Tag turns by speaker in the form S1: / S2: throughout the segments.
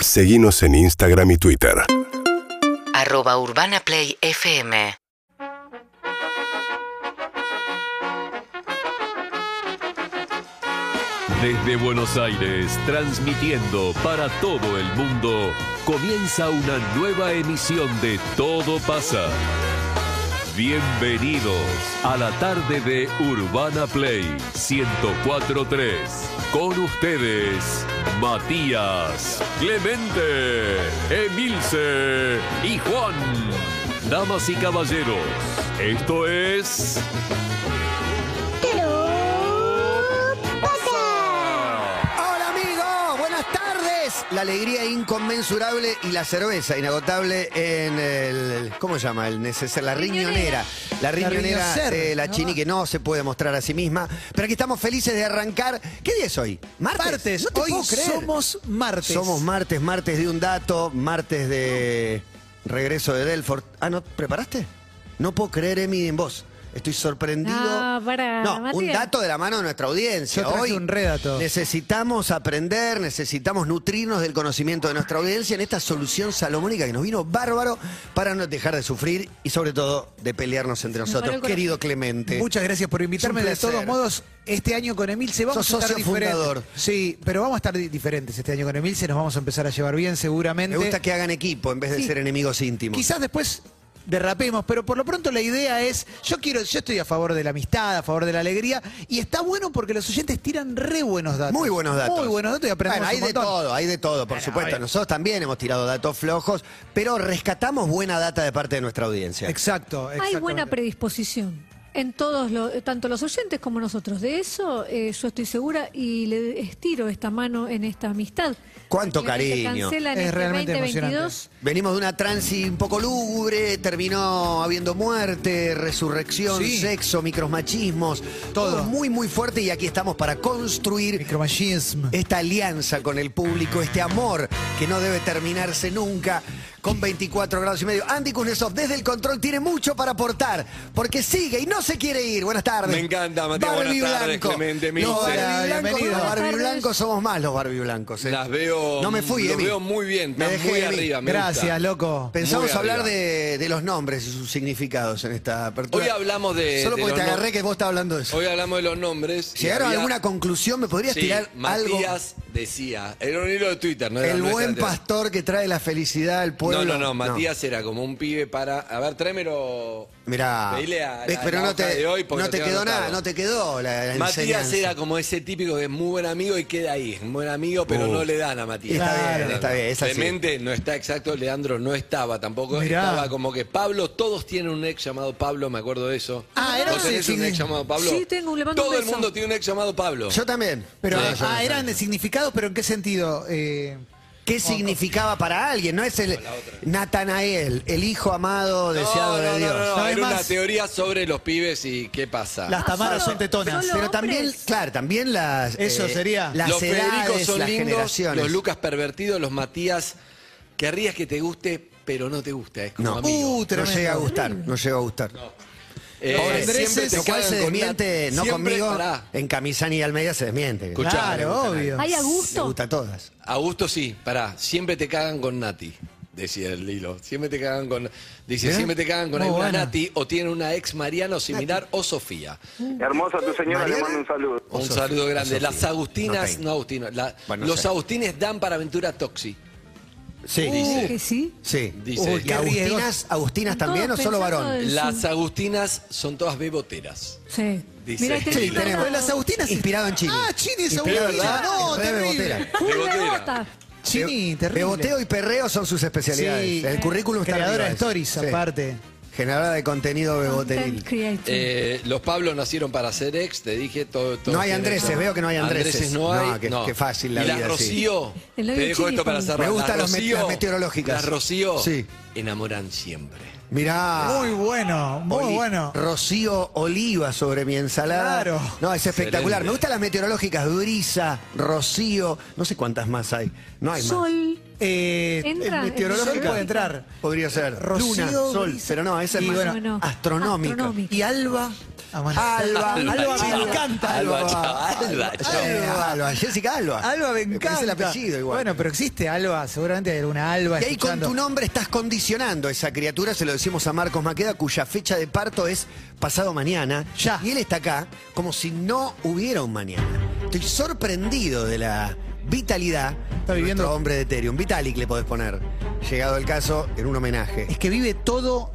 S1: Seguimos en Instagram y Twitter.
S2: arroba urbanaplayfm
S3: Desde Buenos Aires, transmitiendo para todo el mundo, comienza una nueva emisión de Todo pasa. Bienvenidos a la tarde de Urbana Play 1043. Con ustedes, Matías, Clemente, Emilce y Juan. Damas y caballeros, esto es
S4: Hola amigos, buenas tardes. La alegría inconmensurable y la cerveza inagotable en el ¿cómo se llama? El neceser, la riñonera. La riñonera
S5: riñocer,
S4: de la
S5: ¿no?
S4: chini que no se puede mostrar a sí misma, pero aquí estamos felices de arrancar. ¿Qué día es hoy? Martes.
S5: Martes,
S4: No te
S5: hoy
S4: puedo creer.
S5: somos martes.
S4: Somos martes, martes de un dato, martes de regreso de Delfort. Ah, ¿no preparaste? No puedo creer Emi en vos. Estoy sorprendido.
S6: No, pará,
S4: No, un
S6: Matías.
S4: dato de la mano de nuestra audiencia.
S5: Yo traje
S4: Hoy
S5: un redato.
S4: necesitamos aprender, necesitamos nutrirnos del conocimiento de nuestra audiencia en esta solución salomónica que nos vino bárbaro para no dejar de sufrir y sobre todo de pelearnos entre
S6: Me paró
S4: nosotros.
S6: el corazón.
S4: Querido Clemente.
S5: Muchas gracias por invitarme.
S4: Es un
S5: De todos
S4: placer.
S5: modos, este año con Emilce vamos
S4: Sos
S5: a estar
S4: socio
S5: diferentes.
S4: fundador.
S5: Sí, pero vamos a estar di- diferentes este año con Emilce. Nos vamos a empezar a llevar bien, seguramente.
S4: Me gusta que hagan equipo en vez de
S5: Sí.
S4: ser enemigos íntimos.
S5: Quizás después derrapemos, pero por lo pronto la idea es, yo quiero, yo estoy a favor de la amistad, a favor de la alegría, y está bueno porque los oyentes tiran re buenos datos.
S4: Muy buenos datos.
S5: Muy buenos datos y aprendemos
S4: Bueno, hay
S5: un montón.
S4: de todo, hay de todo, por supuesto. Nosotros también hemos tirado datos flojos, pero rescatamos buena data de parte de nuestra audiencia.
S5: Exacto,
S6: Hay buena
S5: exactamente.
S6: predisposición en todos los, tanto los oyentes como nosotros. De eso eh, yo estoy segura y le estiro esta mano en esta amistad.
S4: Cuánto
S6: Que realmente
S4: cariño.
S6: Cancela en
S5: Es
S6: este
S5: realmente
S6: 2022.
S4: Venimos de una transi un poco lúgubre, terminó habiendo muerte, resurrección,
S5: Sí.
S4: sexo, micromachismos, todo.
S5: Todo.
S4: muy, muy fuerte y aquí estamos para construir
S5: Micromachismo.
S4: esta alianza con el público, este amor que no debe terminarse nunca con 24 grados y medio. Andy Kuznetsov, desde el control, tiene mucho para aportar porque sigue y no se quiere ir. Buenas tardes.
S7: Me encanta, Mateo.
S4: Barbie
S7: Buenas tardes,
S4: Blanco.
S7: Clemente Milce.
S4: Los
S5: Hola,
S4: Barbie Blancos,
S5: bienvenido.
S4: los Barbie
S6: Buenas tardes.
S4: Blancos somos más los Barbie Blancos. eh.
S7: Las veo.
S4: No me fui,
S7: Las
S4: Emi.
S7: veo muy bien.
S4: Me
S7: están
S4: dejé,
S7: muy
S4: Emi.
S7: arriba. me gusta.
S5: Gracias, loco.
S4: Pensamos
S7: Muy
S4: hablar
S7: arriba.
S4: de, de los nombres y sus significados en esta apertura.
S7: Hoy hablamos de-
S4: Solo
S7: de
S4: porque
S7: los
S4: te agarré
S7: nom-
S4: que vos estabas hablando de eso.
S7: Hoy hablamos de los nombres. y
S4: ¿Llegaron a
S7: había-
S4: alguna conclusión? ¿Me podrías
S7: Sí,
S4: tirar algo?
S7: Matías decía. Era un hilo de Twitter, ¿no? Era-
S4: El
S7: no
S4: buen
S7: era-
S4: pastor que trae la felicidad al pueblo.
S7: No, no, no. Matías era como un pibe para. A ver, tráemelo.
S4: Mirá,
S7: Pedile a-
S4: ves,
S7: a
S4: pero
S7: la
S4: no
S7: hoja
S4: te,
S7: de hoy porque
S4: no
S7: lo
S4: te
S7: tengo
S4: quedó nada,
S7: anotado.
S4: no te quedó la, la
S7: Matías
S4: enseñanza.
S7: era como ese típico que es muy buen amigo y queda ahí. Es muy buen amigo, pero
S4: Uh.
S7: no le dan a Matías.
S4: Está
S7: No le
S4: bien,
S7: dan.
S4: está bien, es así.
S7: Clemente no está exacto, Leandro no estaba tampoco.
S5: Mirá.
S7: Estaba como que Pablo, todos tienen un ex llamado Pablo, me acuerdo de eso.
S5: Ah, era
S7: ¿Vos
S5: un
S7: tenés
S5: ex-
S7: un ex llamado Pablo?
S6: Sí, tengo, le mando un
S7: Todo el
S6: beso.
S7: mundo tiene un ex llamado Pablo.
S4: Yo también.
S5: Pero,
S4: Sí, yo
S5: ah,
S4: también.
S5: eran de significados, pero ¿en qué sentido? Eh,
S4: ¿Qué significaba para alguien? No es el Natanael, el hijo amado, deseado
S7: no,
S4: de
S7: no,
S4: Dios.
S7: No, no,
S5: No, es
S7: era una
S5: más-
S7: teoría sobre los pibes y qué pasa.
S5: Las tamaras son tetonas.
S6: solo-
S4: Pero también,
S6: hombres.
S4: claro, también las. eh,
S5: Eso sería.
S4: Las
S7: los Federicos
S4: edades,
S7: son
S4: las
S7: lindos,
S4: generaciones.
S7: los Lucas pervertidos, los Matías. Querrías que te guste, pero no te gusta. Es como
S4: No.
S7: amigo.
S5: Uh,
S4: no
S5: tremendo.
S4: llega a gustar, no llega a gustar.
S7: Eh,
S4: Pobre
S7: siempre
S4: Andrés,
S7: te
S4: lo cual
S7: cagan
S4: se
S7: con
S4: desmiente,
S7: una-
S4: no
S7: siempre-
S4: conmigo,
S7: pará.
S4: en Camisani y Almeida se desmiente.
S7: Escuchá,
S5: Claro, obvio.
S6: Hay a
S4: Me
S6: gusto.
S4: gustan todas.
S7: Augusto sí, pará, siempre te cagan con Nati, decía el Lilo. Siempre te cagan con. Dice, siempre te cagan con
S5: Muy
S7: alguna
S5: buena.
S7: Nati o tienen una ex Mariano similar o Sofía.
S8: Hermosa tu señora,
S4: Mariana.
S8: le mando un saludo.
S4: Mm. O
S7: Un
S4: Sofía,
S7: saludo
S4: o
S7: grande.
S4: Sofía.
S7: Las Agustinas, no,
S4: No tengo.
S7: Agustina, la-
S4: Bueno,
S7: los
S4: sé.
S7: Agustines dan para aventura Toxi.
S4: Sí.
S7: Dice.
S6: Uh, Que sí.
S4: Sí.
S7: Dice.
S4: Uy, ¿y
S7: Qué
S4: Agustinas, Agustinas
S6: Están
S4: también o
S6: todos
S4: solo
S6: pensando
S4: varón?
S6: en-
S7: Las Agustinas son todas beboteras.
S6: Sí. este
S7: Dice.
S6: Mirá, te
S7: Sí,
S6: invito a
S4: tenemos.
S6: una-
S5: Las Agustinas.
S4: Inspirado en Chini.
S5: Ah, Chini es
S4: Inspirado
S7: en
S5: Agustina.
S7: la-
S5: No,
S4: re
S5: terrible.
S4: bebotera.
S6: Uy,
S7: Rebotera.
S6: rebota.
S5: Chini, terrible.
S4: Beboteo y perreo son sus especialidades.
S5: Sí.
S4: El currículum está
S5: Creadora
S4: arriba
S5: de
S4: eso.
S5: stories,
S4: Sí.
S5: aparte.
S4: Generadora de contenido
S6: Content
S4: beboteril.
S6: creator.
S7: Eh, los Pablos nacieron para ser ex, te dije todo. todo
S4: No hay Andreses, veo que no hay Andreses.
S7: no hay.
S4: No, qué- qué fácil la
S7: y
S4: vida,
S7: Las
S4: sí.
S7: Rocío, te
S6: El labio
S7: dejo
S6: chili
S7: esto para
S6: fue-
S7: cerrar.
S4: Me gustan
S7: las
S4: los met-
S7: Rocío,
S4: las meteorológicas.
S7: Las Rocío
S4: Sí.
S7: enamoran siempre.
S4: Mirá.
S5: Muy bueno, muy
S4: Oli-
S5: bueno.
S4: Rocío Oliva sobre mi ensalada.
S5: Claro.
S4: No, es espectacular.
S7: Excelente.
S4: Me gustan las meteorológicas, brisa, rocío, no sé cuántas más hay. No hay más.
S6: Sol.
S5: Eh,
S6: Entra,
S5: el meteorológico
S6: entra.
S5: puede entrar.
S4: Podría ser
S5: Rocío,
S4: luna, sol,
S5: brisa.
S4: pero no, esa es
S5: Y
S4: más
S5: bueno,
S6: No, no.
S4: astronómica.
S6: Astronómica.
S4: Y alba,
S5: Amanece.
S4: Alba,
S7: Alba,
S4: Alba,
S7: chao.
S4: me encanta.
S7: Alba, chao. Alba, chao.
S4: Alba, Alba, Jessica Alba.
S5: Alba me encanta.
S4: parece el apellido igual.
S5: Bueno, pero existe Alba, seguramente hay alguna Alba.
S4: Y ahí con
S5: escuchando.
S4: tu nombre estás condicionando a esa criatura, se lo decimos a Marcos Maqueda, cuya fecha de parto es pasado mañana.
S5: Ya.
S4: Y él está acá como si no hubiera un mañana. Estoy sorprendido de la vitalidad
S5: Está
S4: de
S5: viviendo-
S4: nuestro hombre de Ethereum. Vitalik le podés poner. Llegado el caso, en un homenaje.
S5: Es que vive todo,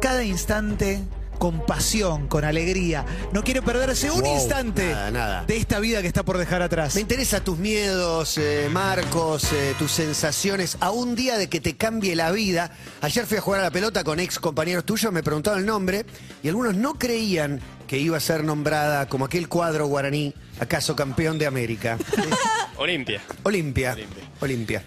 S5: cada instante, con pasión, con alegría. No quiere perderse un
S4: Wow,
S5: instante
S4: nada, nada.
S5: de esta vida que está por dejar atrás.
S4: Me interesa tus miedos, eh, Marcos, eh, tus sensaciones a un día de que te cambie la vida. Ayer fui a jugar a la pelota con ex compañeros tuyos, me preguntaron el nombre y algunos no creían que iba a ser nombrada como aquel cuadro guaraní, acaso campeón de América.
S8: Olimpia.
S4: Olimpia. Olimpia.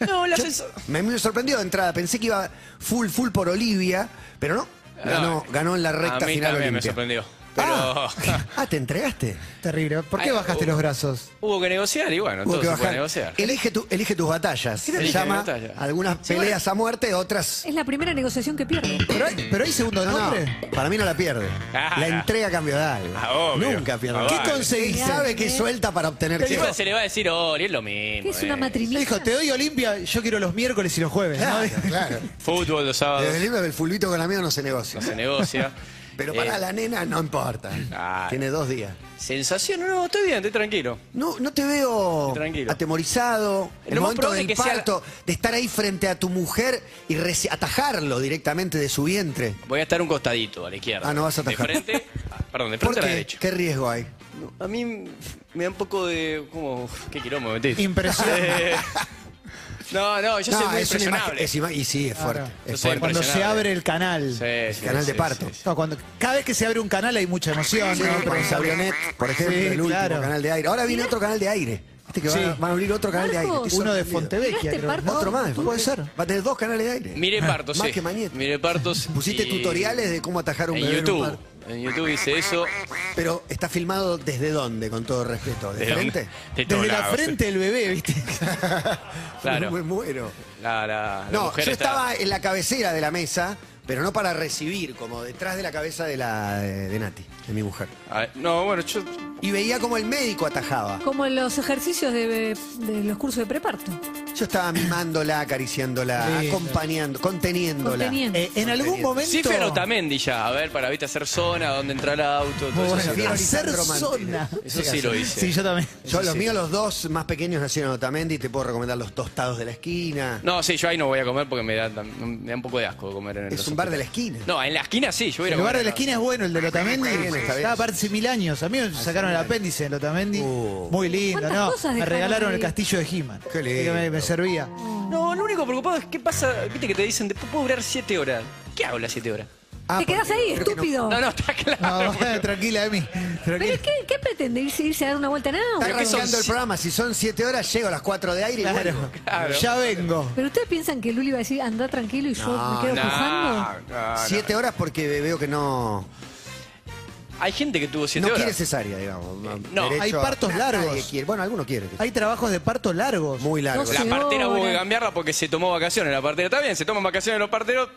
S8: No, la sens-
S4: Me, me sorprendió de entrada, pensé que iba full, full por Olivia, pero no. Ganó,
S8: No,
S4: ganó en la recta
S8: A mí
S4: final
S8: también me
S4: Olimpia.
S8: sorprendió. Pero
S4: Ah, ah, te entregaste.
S5: Terrible. ¿Por qué
S8: Ay,
S5: bajaste
S8: oh.
S5: los brazos?
S8: hubo que negociar y bueno,
S4: Hubo
S8: todo
S4: que
S8: se puede
S4: bajar.
S8: negociar.
S4: Elige, tu- elige tus batallas. Se
S8: Elige
S4: llama
S8: mi batalla.
S4: algunas peleas a muerte, otras.
S6: Es la primera negociación que pierde.
S5: Pero hay, pero hay segundo
S4: No, no,
S5: nombre.
S4: para mí no la pierde.
S8: Ah.
S4: La entrega a cambio de algo.
S8: Ah, obvio.
S4: Nunca pierde.
S8: Ah,
S4: ¿Qué
S8: vale.
S4: conseguís?
S6: Genial,
S4: Sabe que
S6: ¿eh?
S4: suelta para obtener
S8: Pero
S4: que-
S8: igual se le va a decir Oli, es lo mismo.
S6: ¿Qué es una
S8: eh.
S5: Le
S6: matrimonial?
S5: dijo, te doy Olimpia, yo quiero los miércoles y los jueves. ¿no?
S4: Claro, Ah, claro.
S8: Fútbol los sábados,
S4: Desde el libro del fulbito con amigo no se negocia.
S8: no se negocia.
S4: Pero para
S8: Eh,
S4: la nena no importa.
S8: Claro.
S4: Tiene dos días.
S8: Sensación, no, estoy bien, estoy tranquilo.
S4: No, no te veo
S8: Tranquilo.
S4: atemorizado. El
S8: Lo más
S4: momento
S8: probable
S4: del
S8: es que sea la-
S4: parto, de estar ahí frente a tu mujer y reci- atajarlo directamente de su vientre.
S8: Voy a estar un costadito a la izquierda.
S4: Ah, no vas a atajar.
S8: De frente, ah, perdón, de
S4: ¿Por
S8: frente a la
S4: qué?
S8: derecha.
S4: ¿Qué riesgo hay?
S8: A mí me da un poco de. como. ¿Qué quilombo me metí?
S5: Impresionante.
S8: Eh, no, no, yo soy muy
S4: es una imagen.
S8: impresionable.
S4: es ima- y sí, es fuerte.
S8: Yo
S4: Es
S8: soy
S4: fuerte.
S5: Cuando se
S8: impresionable.
S5: abre el canal.
S8: Sí, sí,
S4: canal de
S8: sí,
S4: parto.
S8: sí, sí.
S5: No, cuando, cada vez que se abre un canal hay mucha emoción.
S4: Sí,
S5: ¿no?
S4: cuando se abrió Net, por ejemplo,
S5: Sí,
S4: el último
S5: claro.
S4: canal de aire. Ahora viene otro canal de aire. Viste que va-
S5: Sí.
S4: van, a abrir otro canal de aire.
S6: Marcos,
S4: Estoy
S5: Uno de
S4: sorprendido.
S5: Fontevecchia,
S6: Miraste
S5: creo.
S6: parto.
S4: Otro más.
S6: Tú-
S4: Puede ser. Va a tener dos canales de aire.
S8: Miré partos,
S4: Más
S8: sí.
S4: que Mañete.
S8: Miré partos.
S4: Pusiste
S8: y-
S4: tutoriales de cómo atajar un
S8: En
S4: bebé en un
S8: YouTube.
S4: parto.
S8: En YouTube hice eso.
S4: Pero está filmado desde dónde, con todo respeto. ¿De,
S8: De-
S4: frente?
S8: de todos
S5: Desde la
S8: lados.
S5: frente del bebé, ¿viste?
S8: Claro.
S4: Me muero.
S8: La, la, la
S4: No,
S8: mujer
S4: yo
S8: está-
S4: estaba en la cabecera de la mesa, pero no para recibir, como detrás de la cabeza de la de, de Nati, de mi mujer.
S8: A ver, No, bueno, yo.
S4: Y veía como el médico atajaba.
S6: Como en los ejercicios de, de los cursos de preparto.
S4: Yo estaba mimándola, acariciándola,
S5: Sí.
S4: acompañando, conteniéndola.
S6: Conteniendo.
S5: Eh, en algún momento.
S8: Sí, fui a Otamendi ya. A ver, para, viste, hacer zona, dónde entrar el auto, todo
S5: Muy
S8: eso.
S4: Bueno,
S5: bueno, hacer
S4: Lisandro
S5: zona.
S4: Mantel.
S8: Eso sí lo hice.
S5: Sí, yo también.
S4: Yo,
S8: Sí,
S4: los
S8: sí.
S4: míos, los dos más pequeños nacieron en Otamendi. Te puedo recomendar los tostados de la esquina.
S8: No, sí, yo ahí no voy a comer porque me da, tam- me da un poco de asco comer en el
S4: es un bar de la
S8: hospital.
S4: esquina.
S8: No, en la esquina sí, yo voy a ir
S5: El
S8: a
S5: lugar de
S8: comer
S5: la
S8: acá.
S5: esquina es bueno, el de Lotamendi.
S4: Está bien, Ah, está bien.
S5: Estaba aparte hace mil años. A mí me sacaron el apéndice de Lotamendi.
S4: Uh.
S5: Muy lindo,
S6: ¿Cuántas
S5: ¿no?
S6: cosas
S5: Me
S6: dejaron
S5: regalaron
S6: ahí?
S5: el castillo de He-Man.
S4: Qué lindo.
S5: Que Me, me servía.
S8: No, lo único preocupado es qué pasa, viste que te dicen, te puedo durar 7 horas. ¿Qué hago las 7 horas?
S4: Ah,
S6: te quedas
S4: porque
S6: ahí,
S4: creo que no-
S6: estúpido.
S8: No, no, está claro.
S5: No, tranquila, Emi. Tranquila.
S6: ¿Pero qué, qué pretende? ¿Irse, irse a dar una vuelta en agua?
S4: Está
S8: Pero que son
S4: arrancando el
S8: si-
S4: programa. Si son siete horas, llego a las cuatro de aire y
S5: Claro.
S4: vuelvo.
S8: Claro.
S5: Ya vengo.
S6: Pero ustedes piensan que Luli va a decir, anda tranquilo y yo
S4: No,
S6: me quedo
S8: No,
S6: pujando.
S9: Ah,
S8: Ah, no, no.
S4: Siete horas porque veo que no,
S8: Hay gente que tuvo 7
S4: no
S8: horas.
S4: quiere cesárea, digamos.
S8: no,
S4: Derecho
S5: hay
S4: a-
S5: partos
S4: Nadie
S5: largos.
S4: quiere. Bueno, alguno quiere.
S5: Hay trabajos de parto largos.
S4: Muy largos.
S6: No
S8: La
S6: sé.
S8: partera hubo que
S6: horas.
S8: cambiarla porque se tomó vacaciones. La partera está bien, se toman vacaciones los parteros.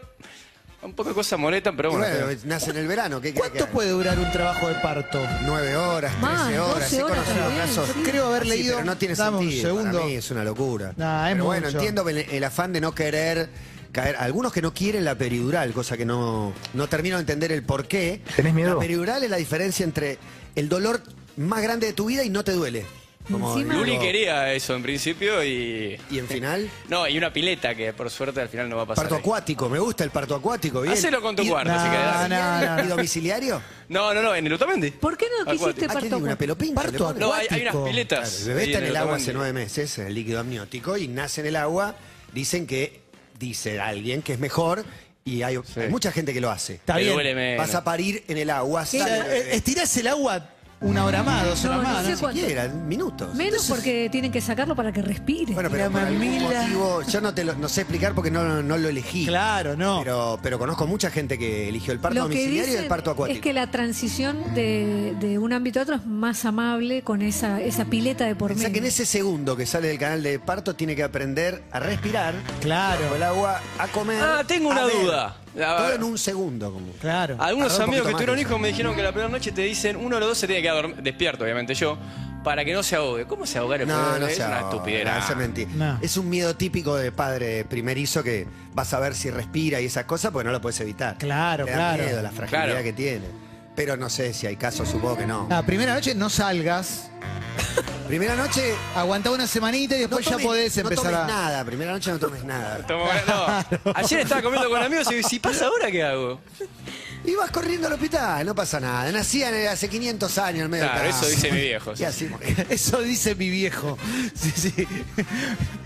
S8: Un poco de cosas molestan, pero
S4: Y
S8: bueno.
S4: bueno, nace en el verano. ¿qué querés que
S5: ¿Cuánto
S4: haga?
S5: puede durar un trabajo de parto?
S4: Nueve horas,
S6: Más,
S4: trece horas.
S6: doce
S4: He
S6: horas
S4: conocido
S6: también,
S4: casos.
S6: sí.
S5: Creo haber
S4: Sí,
S5: leído-
S4: pero no tiene
S5: Dame un
S4: sentido.
S5: segundo.
S4: Para mí es una locura.
S5: Nah, es
S4: pero bueno,
S5: mucho.
S4: entiendo el, el afán de no querer caer. Algunos que no quieren la peridural, cosa que no, no termino de entender el por qué.
S10: ¿Tenés miedo?
S4: La peridural es la diferencia entre el dolor más grande de tu vida y no te duele.
S6: Encima-
S8: Luli quería eso en principio y.
S4: Y en final,
S8: No, y una pileta que por suerte al final no va a pasar.
S4: parto
S8: ahí.
S4: acuático. Me gusta el parto acuático. Bien.
S8: Hacelo con tu
S4: Y-
S8: cuarto, si
S5: No,
S8: querés.
S5: no, no, no.
S4: ¿Y domiciliario?
S8: No, no, no, en el Otamendi.
S6: ¿Por qué no
S8: Acuático.
S6: quisiste
S4: Ah, ¿qué
S6: parto?
S4: digo? ¿Una pelopinta?
S5: Parto
S4: le ponen?
S8: No, hay, hay unas
S5: Acuático.
S8: piletas.
S4: Claro, el bebé está
S8: ahí
S4: en el agua hace
S8: Otamendi.
S4: nueve meses, en el líquido amniótico, y nace en el agua. Dicen que, dice alguien, que es mejor, y hay, hay mucha gente que lo hace.
S5: Está
S8: Me
S5: bien.
S8: duele menos.
S4: Vas a parir en el agua,
S5: O
S4: sale el
S5: sea,
S4: bebé.
S5: eh, Estirás el agua una hora más, dos horas
S6: No,
S5: más.
S6: no sé
S5: ¿no?
S6: cuánto.
S4: Siquiera, minutos.
S6: Menos porque tienen que sacarlo para que respire.
S4: Bueno, pero
S5: La
S4: por algún
S5: mamila.
S4: motivo, yo no te lo, no sé explicar porque no, no lo elegí.
S5: Claro, no.
S4: Pero, pero conozco mucha gente que eligió el parto
S6: Lo que
S4: domiciliario y
S6: dicen
S4: el parto acuático.
S6: es que la transición de, de un ámbito a otro es más amable con esa, esa pileta de por medio.
S4: Pensá que en ese segundo que sale del canal de parto tiene que aprender a respirar
S5: Claro.
S4: bajo el agua, a comer.
S8: Ah, tengo una
S4: a ver.
S8: duda. La-
S4: Todo en un segundo. Como.
S5: Claro.
S8: Algunos
S4: Tardó un
S8: amigos que
S4: poquito
S8: tuvieron
S4: más.
S8: hijos me dijeron que la primera noche te dicen, uno de los dos se tiene que quedar dorm- despierto, obviamente yo, para que no se ahogue. ¿Cómo se ahogar el
S4: No,
S8: primer
S4: no
S8: Es
S4: sea-
S8: una estupidez.
S4: no,
S8: nah.
S4: eso es mentira.
S5: No.
S4: Es un miedo típico de padre primerizo que vas a ver si respira y esas cosas, porque no lo puedes evitar.
S5: Claro,
S4: Te da
S5: claro.
S4: miedo la fragilidad
S8: Claro.
S4: que tiene. Pero no sé si hay casos, supongo que no.
S5: La Ah, primera noche no salgas,
S4: Primera noche,
S5: aguantá una semanita y
S4: no
S5: después
S4: tomes-
S5: ya podés
S4: no
S5: empezar
S4: tomes
S5: a.
S4: nada. Primera noche no tomes nada.
S8: Tomo- no. Ayer estaba comiendo con amigos y digo, si pasa ahora, ¿qué hago?
S4: Y vas corriendo al hospital, no pasa nada. Nacían eh, hace 500 años en medio
S8: Claro,
S4: del
S8: eso
S4: campo.
S8: dice mi viejo.
S4: Y así,
S5: Eso dice mi viejo. Sí, sí.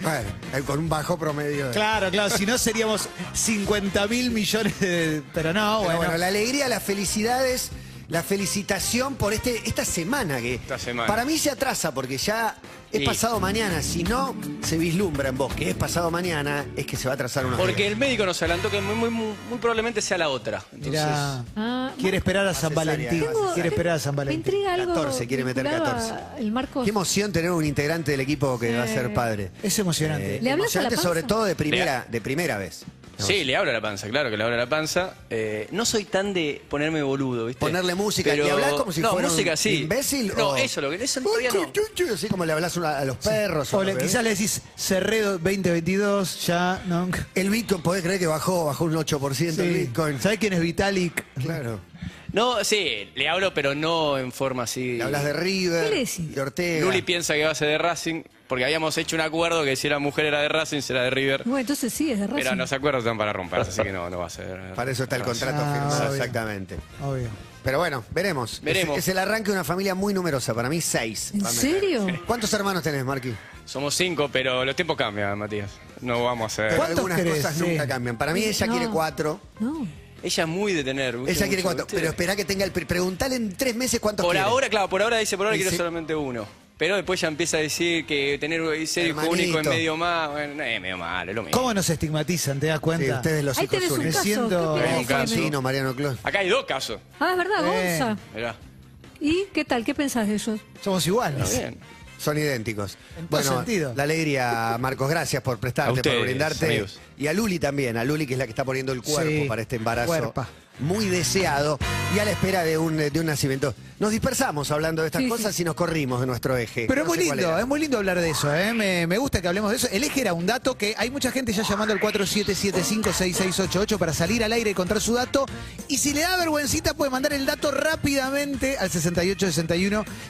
S4: bueno, eh, con un bajo promedio. de-
S5: Claro, claro, si no seríamos 50 mil millones de. Pero no,
S4: Pero
S5: bueno.
S4: bueno, la alegría, las felicidades, la felicitación por este, esta semana que
S8: Esta semana.
S4: para mí se atrasa porque ya es
S8: Sí.
S4: pasado mañana. Si no se vislumbra en vos que es pasado mañana, es que se va a atrasar una
S8: Porque el médico nos adelantó que muy, muy, muy muy probablemente sea la otra. Entonces,
S5: Mirá, ¿eh?
S6: Ah, eh,
S5: quiere esperar a San
S4: cesárea,
S5: Valentín.
S4: tengo-
S5: Quiere esperar a San
S6: Me
S5: Valentín.
S6: intriga algo.
S4: 14, quiere meter
S6: vinculado a
S4: 14.
S6: El marco.
S4: Qué emoción tener un integrante del equipo que va a ser padre. Eh,
S5: Es emocionante.
S6: ¿Le hablas a la
S4: Emocionante sobre
S6: panza?
S4: todo de primera, de primera vez.
S8: Sí, le hablo a la panza, claro que le hablo a la panza. Eh, no soy tan de ponerme boludo, ¿viste?
S4: Ponerle música
S8: Pero-
S4: y hablas como si
S8: no,
S4: fuera
S8: música,
S4: un
S8: sí.
S4: imbécil.
S8: No,
S4: o-
S8: eso lo que eso todavía no.
S4: Así como le hablas a los perros.
S5: o
S4: a
S5: le-
S4: los bebés.
S5: quizás le decís Cerredo 2022, ya, ¿no?
S4: El Bitcoin, podés creer que bajó, bajó un 8% el Bitcoin.
S5: ¿Sabés quién es Vitalik?
S4: Claro.
S8: No, sí, le hablo, pero no en forma así.
S4: Le hablas de River,
S6: ¿Qué le decís?
S4: de Ortega.
S8: Luli piensa que va a ser de Racing, porque habíamos hecho un acuerdo que si era mujer era de Racing, si era de River.
S6: Bueno, entonces sí, es de Racing.
S8: Pero no se acuerdan están para romperse, así que no, no va a ser.
S4: Para eso está el contrato
S5: Ah,
S4: firmado,
S5: obvio.
S4: exactamente.
S5: Obvio.
S4: Pero bueno, veremos. Es-
S8: Veremos.
S4: Es, el arranque de una familia muy numerosa, para mí seis.
S6: ¿En
S4: Va a meter.
S6: serio?
S4: ¿Cuántos hermanos tenés, Marqui?
S6: Eh,
S8: Somos cinco, pero los tiempos cambian, Matías. No vamos a
S4: Pero
S8: ser.
S5: ¿Cuántos
S4: algunas
S5: querés?
S4: cosas
S5: Sí.
S4: nunca cambian. Para mí ella
S6: No.
S4: quiere cuatro.
S6: No.
S8: Ella es muy de tener. ¿viste?
S4: Ella quiere
S8: Mucho,
S4: cuatro.
S8: ¿viste?
S4: Pero esperá que tenga el... pri- Preguntale en tres meses cuántos
S8: Por
S4: quiere.
S8: ahora, claro, por ahora dice, por ahora quiero
S4: Dice-
S8: solamente uno. Pero después ya empieza a decir que tener ese hijo único es
S4: Hermanito.
S8: medio más. Bueno, no, es medio malo, es lo mismo.
S5: ¿Cómo nos estigmatizan? ¿Te das cuenta?
S4: Sí, ustedes los
S6: Ahí
S4: hijos
S6: tenés un
S4: únicos.
S6: caso.
S5: siento-
S6: ¿qué
S8: Tengo
S6: opinás,
S8: un caso.
S6: Fede?
S4: Argentino, Mariano Clos.
S8: Acá hay dos casos.
S6: Ah, es verdad,
S5: Eh.
S6: Gonza.
S8: Mirá.
S6: ¿Y qué tal? ¿Qué pensás de ellos?
S5: Somos iguales.
S8: Está bien.
S4: Son idénticos.
S5: En todo
S4: bueno,
S5: sentido.
S4: la alegría, Marcos, gracias por prestarte,
S8: A ustedes,
S4: por brindarte.
S8: amigos.
S4: Y a Luli también, a Luli que es la que está poniendo el cuerpo
S5: Sí,
S4: para este embarazo
S5: cuerpa.
S4: muy deseado y a la espera de un, de un nacimiento. Nos dispersamos hablando de estas
S6: Sí,
S4: cosas y nos corrimos de nuestro eje.
S5: Pero es
S4: No
S5: muy
S4: sé cuál
S5: lindo, ¿eh?
S4: era.
S5: es muy lindo hablar de eso, ¿eh? me, me gusta que hablemos de eso. El eje era un dato que hay mucha gente ya llamando al 47756688 para salir al aire y contar su dato. Y si le da vergüencita puede mandar el dato rápidamente al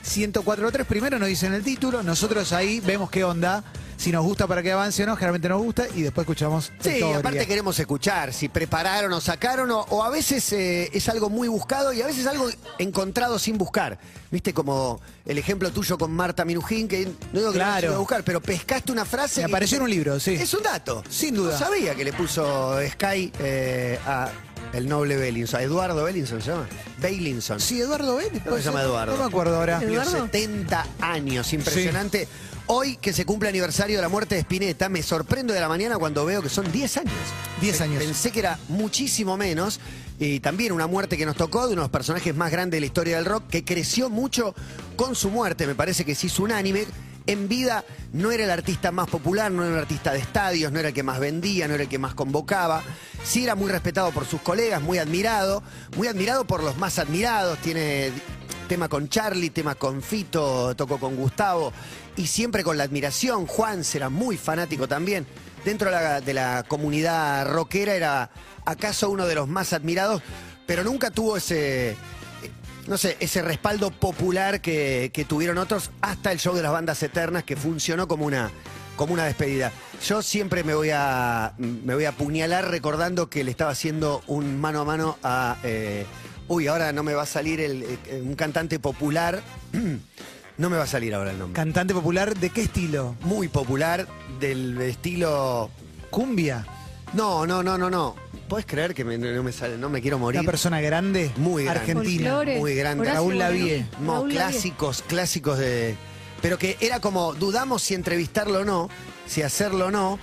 S5: 6861-1043. Primero nos dicen el título, nosotros ahí vemos qué onda, si nos gusta para que avance o no, generalmente nos gusta y después escuchamos. el
S4: Sí,
S5: todo
S4: aparte
S5: bien.
S4: queremos escuchar si prepararon o sacaron o, o a veces eh, es algo muy buscado y a veces algo encontrado sin buscar. Viste como el ejemplo tuyo con Marta Minujín, que no digo que no
S5: Claro.
S4: se iba a buscar, pero pescaste una frase
S5: Me
S4: que-
S5: apareció en un libro, sí.
S4: Es un dato.
S5: Sin duda.
S4: No sabía que le puso Sky eh, a el noble Bellinson. ¿A Eduardo Bellinson se llama? Bellinson.
S5: Sí, Eduardo Vélez.
S4: Creo que se llama Eduardo.
S5: No me acuerdo ahora.
S4: Cumplió
S6: ¿Eduardo?
S4: 70 años, impresionante. Hoy que se cumple aniversario de la muerte de Spinetta, me sorprendo de la mañana cuando veo que son 10 años.
S5: 10 años.
S4: Pensé que era muchísimo menos. Y también una muerte que nos tocó de uno de los personajes más grandes de la historia del rock, que creció mucho con su muerte, me parece que sí es unánime. En vida no era el artista más popular, no era el artista de estadios, no era el que más vendía, no era el que más convocaba. Sí era muy respetado por sus colegas, muy admirado, muy admirado por los más admirados. Tiene tema con Charlie, tema con Fito, tocó con Gustavo y siempre con la admiración. Juan será muy fanático también dentro de la, de la comunidad rockera era acaso uno de los más admirados, pero nunca tuvo ese, eh, no sé, ese respaldo popular que, que tuvieron otros hasta el show de las bandas eternas que funcionó como una, como una despedida. Yo siempre me voy a me voy a apuñalar recordando que le estaba haciendo un mano a mano a eh, uy, ahora no me va a salir el, eh, un cantante popular. No me va a salir ahora el nombre.
S5: Cantante popular, ¿de qué estilo?
S4: Muy popular, del estilo
S5: Cumbia.
S4: no, no, no, no, no. ¿Puedes creer que me- no me sale? No me quiero morir.
S5: Una persona grande.
S4: Muy grande.
S5: Argentina.
S6: Folclore.
S4: Muy grande.
S6: Horacio
S5: Raúl Lavie.
S6: Guarino.
S4: No,
S6: Raúl Lavie.
S4: clásicos, clásicos de. Pero que era como, dudamos si entrevistarlo o no, si hacerlo o no.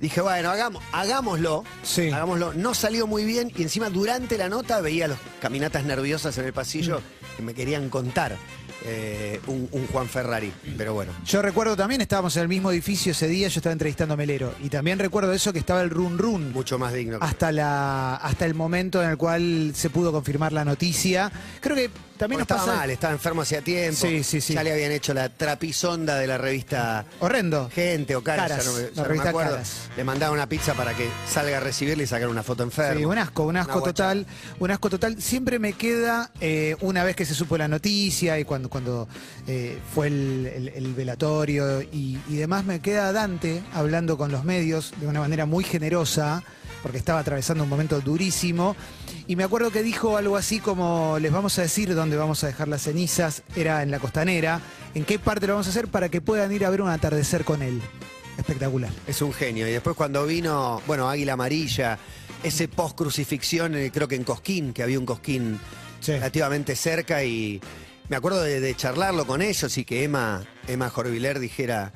S4: Dije, bueno, hagamos, hagámoslo.
S5: Sí.
S4: Hagámoslo. No salió muy bien y encima durante la nota veía las caminatas nerviosas en el pasillo
S5: Mm.
S4: que me querían contar eh, un, un Juan Ferrari. Pero bueno.
S5: Yo recuerdo también, estábamos en el mismo edificio ese día, yo estaba entrevistando a Melero. Y también recuerdo eso que estaba el run run.
S4: Mucho más digno.
S5: Hasta, la, hasta el momento en el cual se pudo confirmar la noticia. Creo que también
S4: Porque
S5: nos
S4: estaba
S5: pasa
S4: mal, estaba enfermo hacía tiempo.
S5: Sí, sí, sí.
S4: Ya le habían hecho la trapizonda de la revista
S5: Horrendo.
S4: Gente o Caras,
S5: Caras,
S4: ya no me, ya
S5: la
S4: no me
S5: revista
S4: acuerdo.
S5: Caras.
S4: Le mandaban una pizza para que salga a recibirle y sacar una foto enfermo.
S5: Sí, un asco, un
S4: Una
S5: asco
S4: guacha.
S5: total, un asco total. Siempre me queda eh, una vez que se supo la noticia y cuando, cuando eh, fue el, el- el velatorio y, y demás, me queda Dante hablando con los medios de una manera muy generosa, porque estaba atravesando un momento durísimo. Y me acuerdo que dijo algo así como, les vamos a decir dónde vamos a dejar las cenizas, era en la costanera, en qué parte lo vamos a hacer para que puedan ir a ver un atardecer con él. Espectacular.
S4: Es un genio. Y después cuando vino, bueno, Águila Amarilla, ese post-crucifixión, eh, creo que en Cosquín, que había un Cosquín
S5: Sí.
S4: relativamente cerca y me acuerdo de, de charlarlo con ellos y que Emma, Emma Jorviler dijera,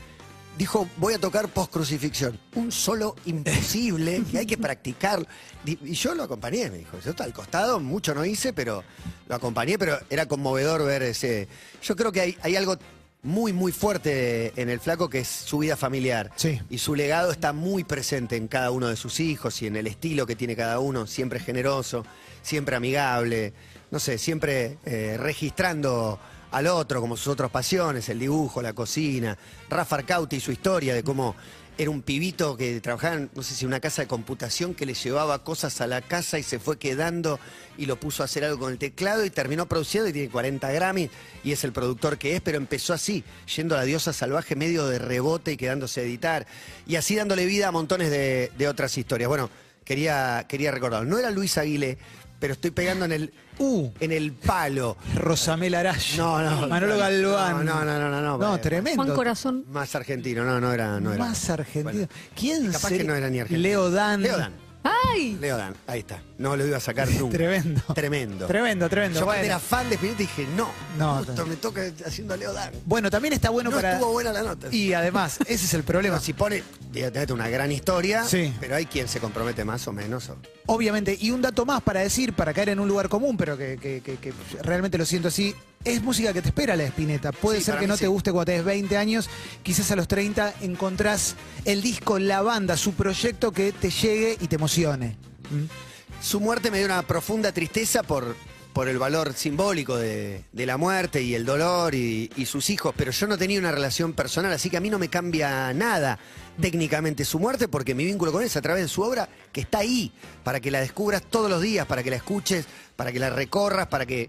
S4: dijo, voy a tocar post-crucifixión, un solo imposible que hay que practicarlo. Di- Y yo lo acompañé, me dijo, yo estaba al costado, mucho no hice, pero lo acompañé, pero era conmovedor ver ese... Yo creo que hay, hay algo muy, muy fuerte en el flaco que es su vida familiar.
S5: Sí.
S4: Y su legado está muy presente en cada uno de sus hijos y en el estilo que tiene cada uno, siempre generoso, siempre amigable, no sé, siempre eh, registrando al otro como sus otras pasiones, el dibujo, la cocina. Rafa Arcauti y su historia de cómo era un pibito que trabajaba en, no sé si una casa de computación que le llevaba cosas a la casa y se fue quedando y lo puso a hacer algo con el teclado y terminó produciendo y tiene 40 Grammy y es el productor que es, pero empezó así, yendo a la diosa salvaje medio de rebote y quedándose a editar y así dándole vida a montones de, de otras historias. Bueno, quería, quería recordar, no era Luis Aguilé, pero estoy pegando en el,
S5: Uh.
S4: en el palo.
S5: Rosamel Araya.
S4: No, no.
S5: Manolo Galván.
S4: No, no, no, no, no.
S5: No,
S4: Eh,
S5: tremendo.
S6: Juan Corazón.
S4: Más argentino, no, no era. No era.
S5: Más argentino.
S4: Bueno.
S5: ¿Quién
S4: Capaz
S5: sería?
S4: que no era ni argentino.
S5: Leo Dan.
S4: Leodan,
S6: ¡Ay!
S4: Leodan, ahí está. No lo iba a sacar nunca.
S5: Tremendo.
S4: Tremendo.
S5: Tremendo, tremendo.
S4: Yo
S5: Bueno.
S4: cuando era fan de Spinetta dije, no,
S5: No,
S4: justo
S5: no.
S4: me toca haciendo a Leodan.
S5: Bueno, también está bueno
S4: no
S5: para.
S4: estuvo buena la nota.
S5: Y además, ese es el problema.
S4: Bueno, si pone, digo, tenés una gran historia,
S5: Sí.
S4: pero hay quien se compromete más o menos. o-
S5: Obviamente, y un dato más para decir, para caer en un lugar común, pero que, que- que- que realmente lo siento así, es música que te espera la espineta. Puede
S4: Sí,
S5: ser
S4: para
S5: que
S4: mí
S5: no te
S4: sí.
S5: guste cuando tenés 20 años, quizás a los 30 encontrás el disco, la banda, su proyecto que te llegue y te emocione.
S4: Su muerte me dio una profunda tristeza por, por el valor simbólico de, de la muerte y el dolor y, y sus hijos, pero yo no tenía una relación personal, así que a mí no me cambia nada técnicamente su muerte, porque mi vínculo con él es a través de su obra que está ahí, para que la descubras todos los días, para que la escuches, para que la recorras, para que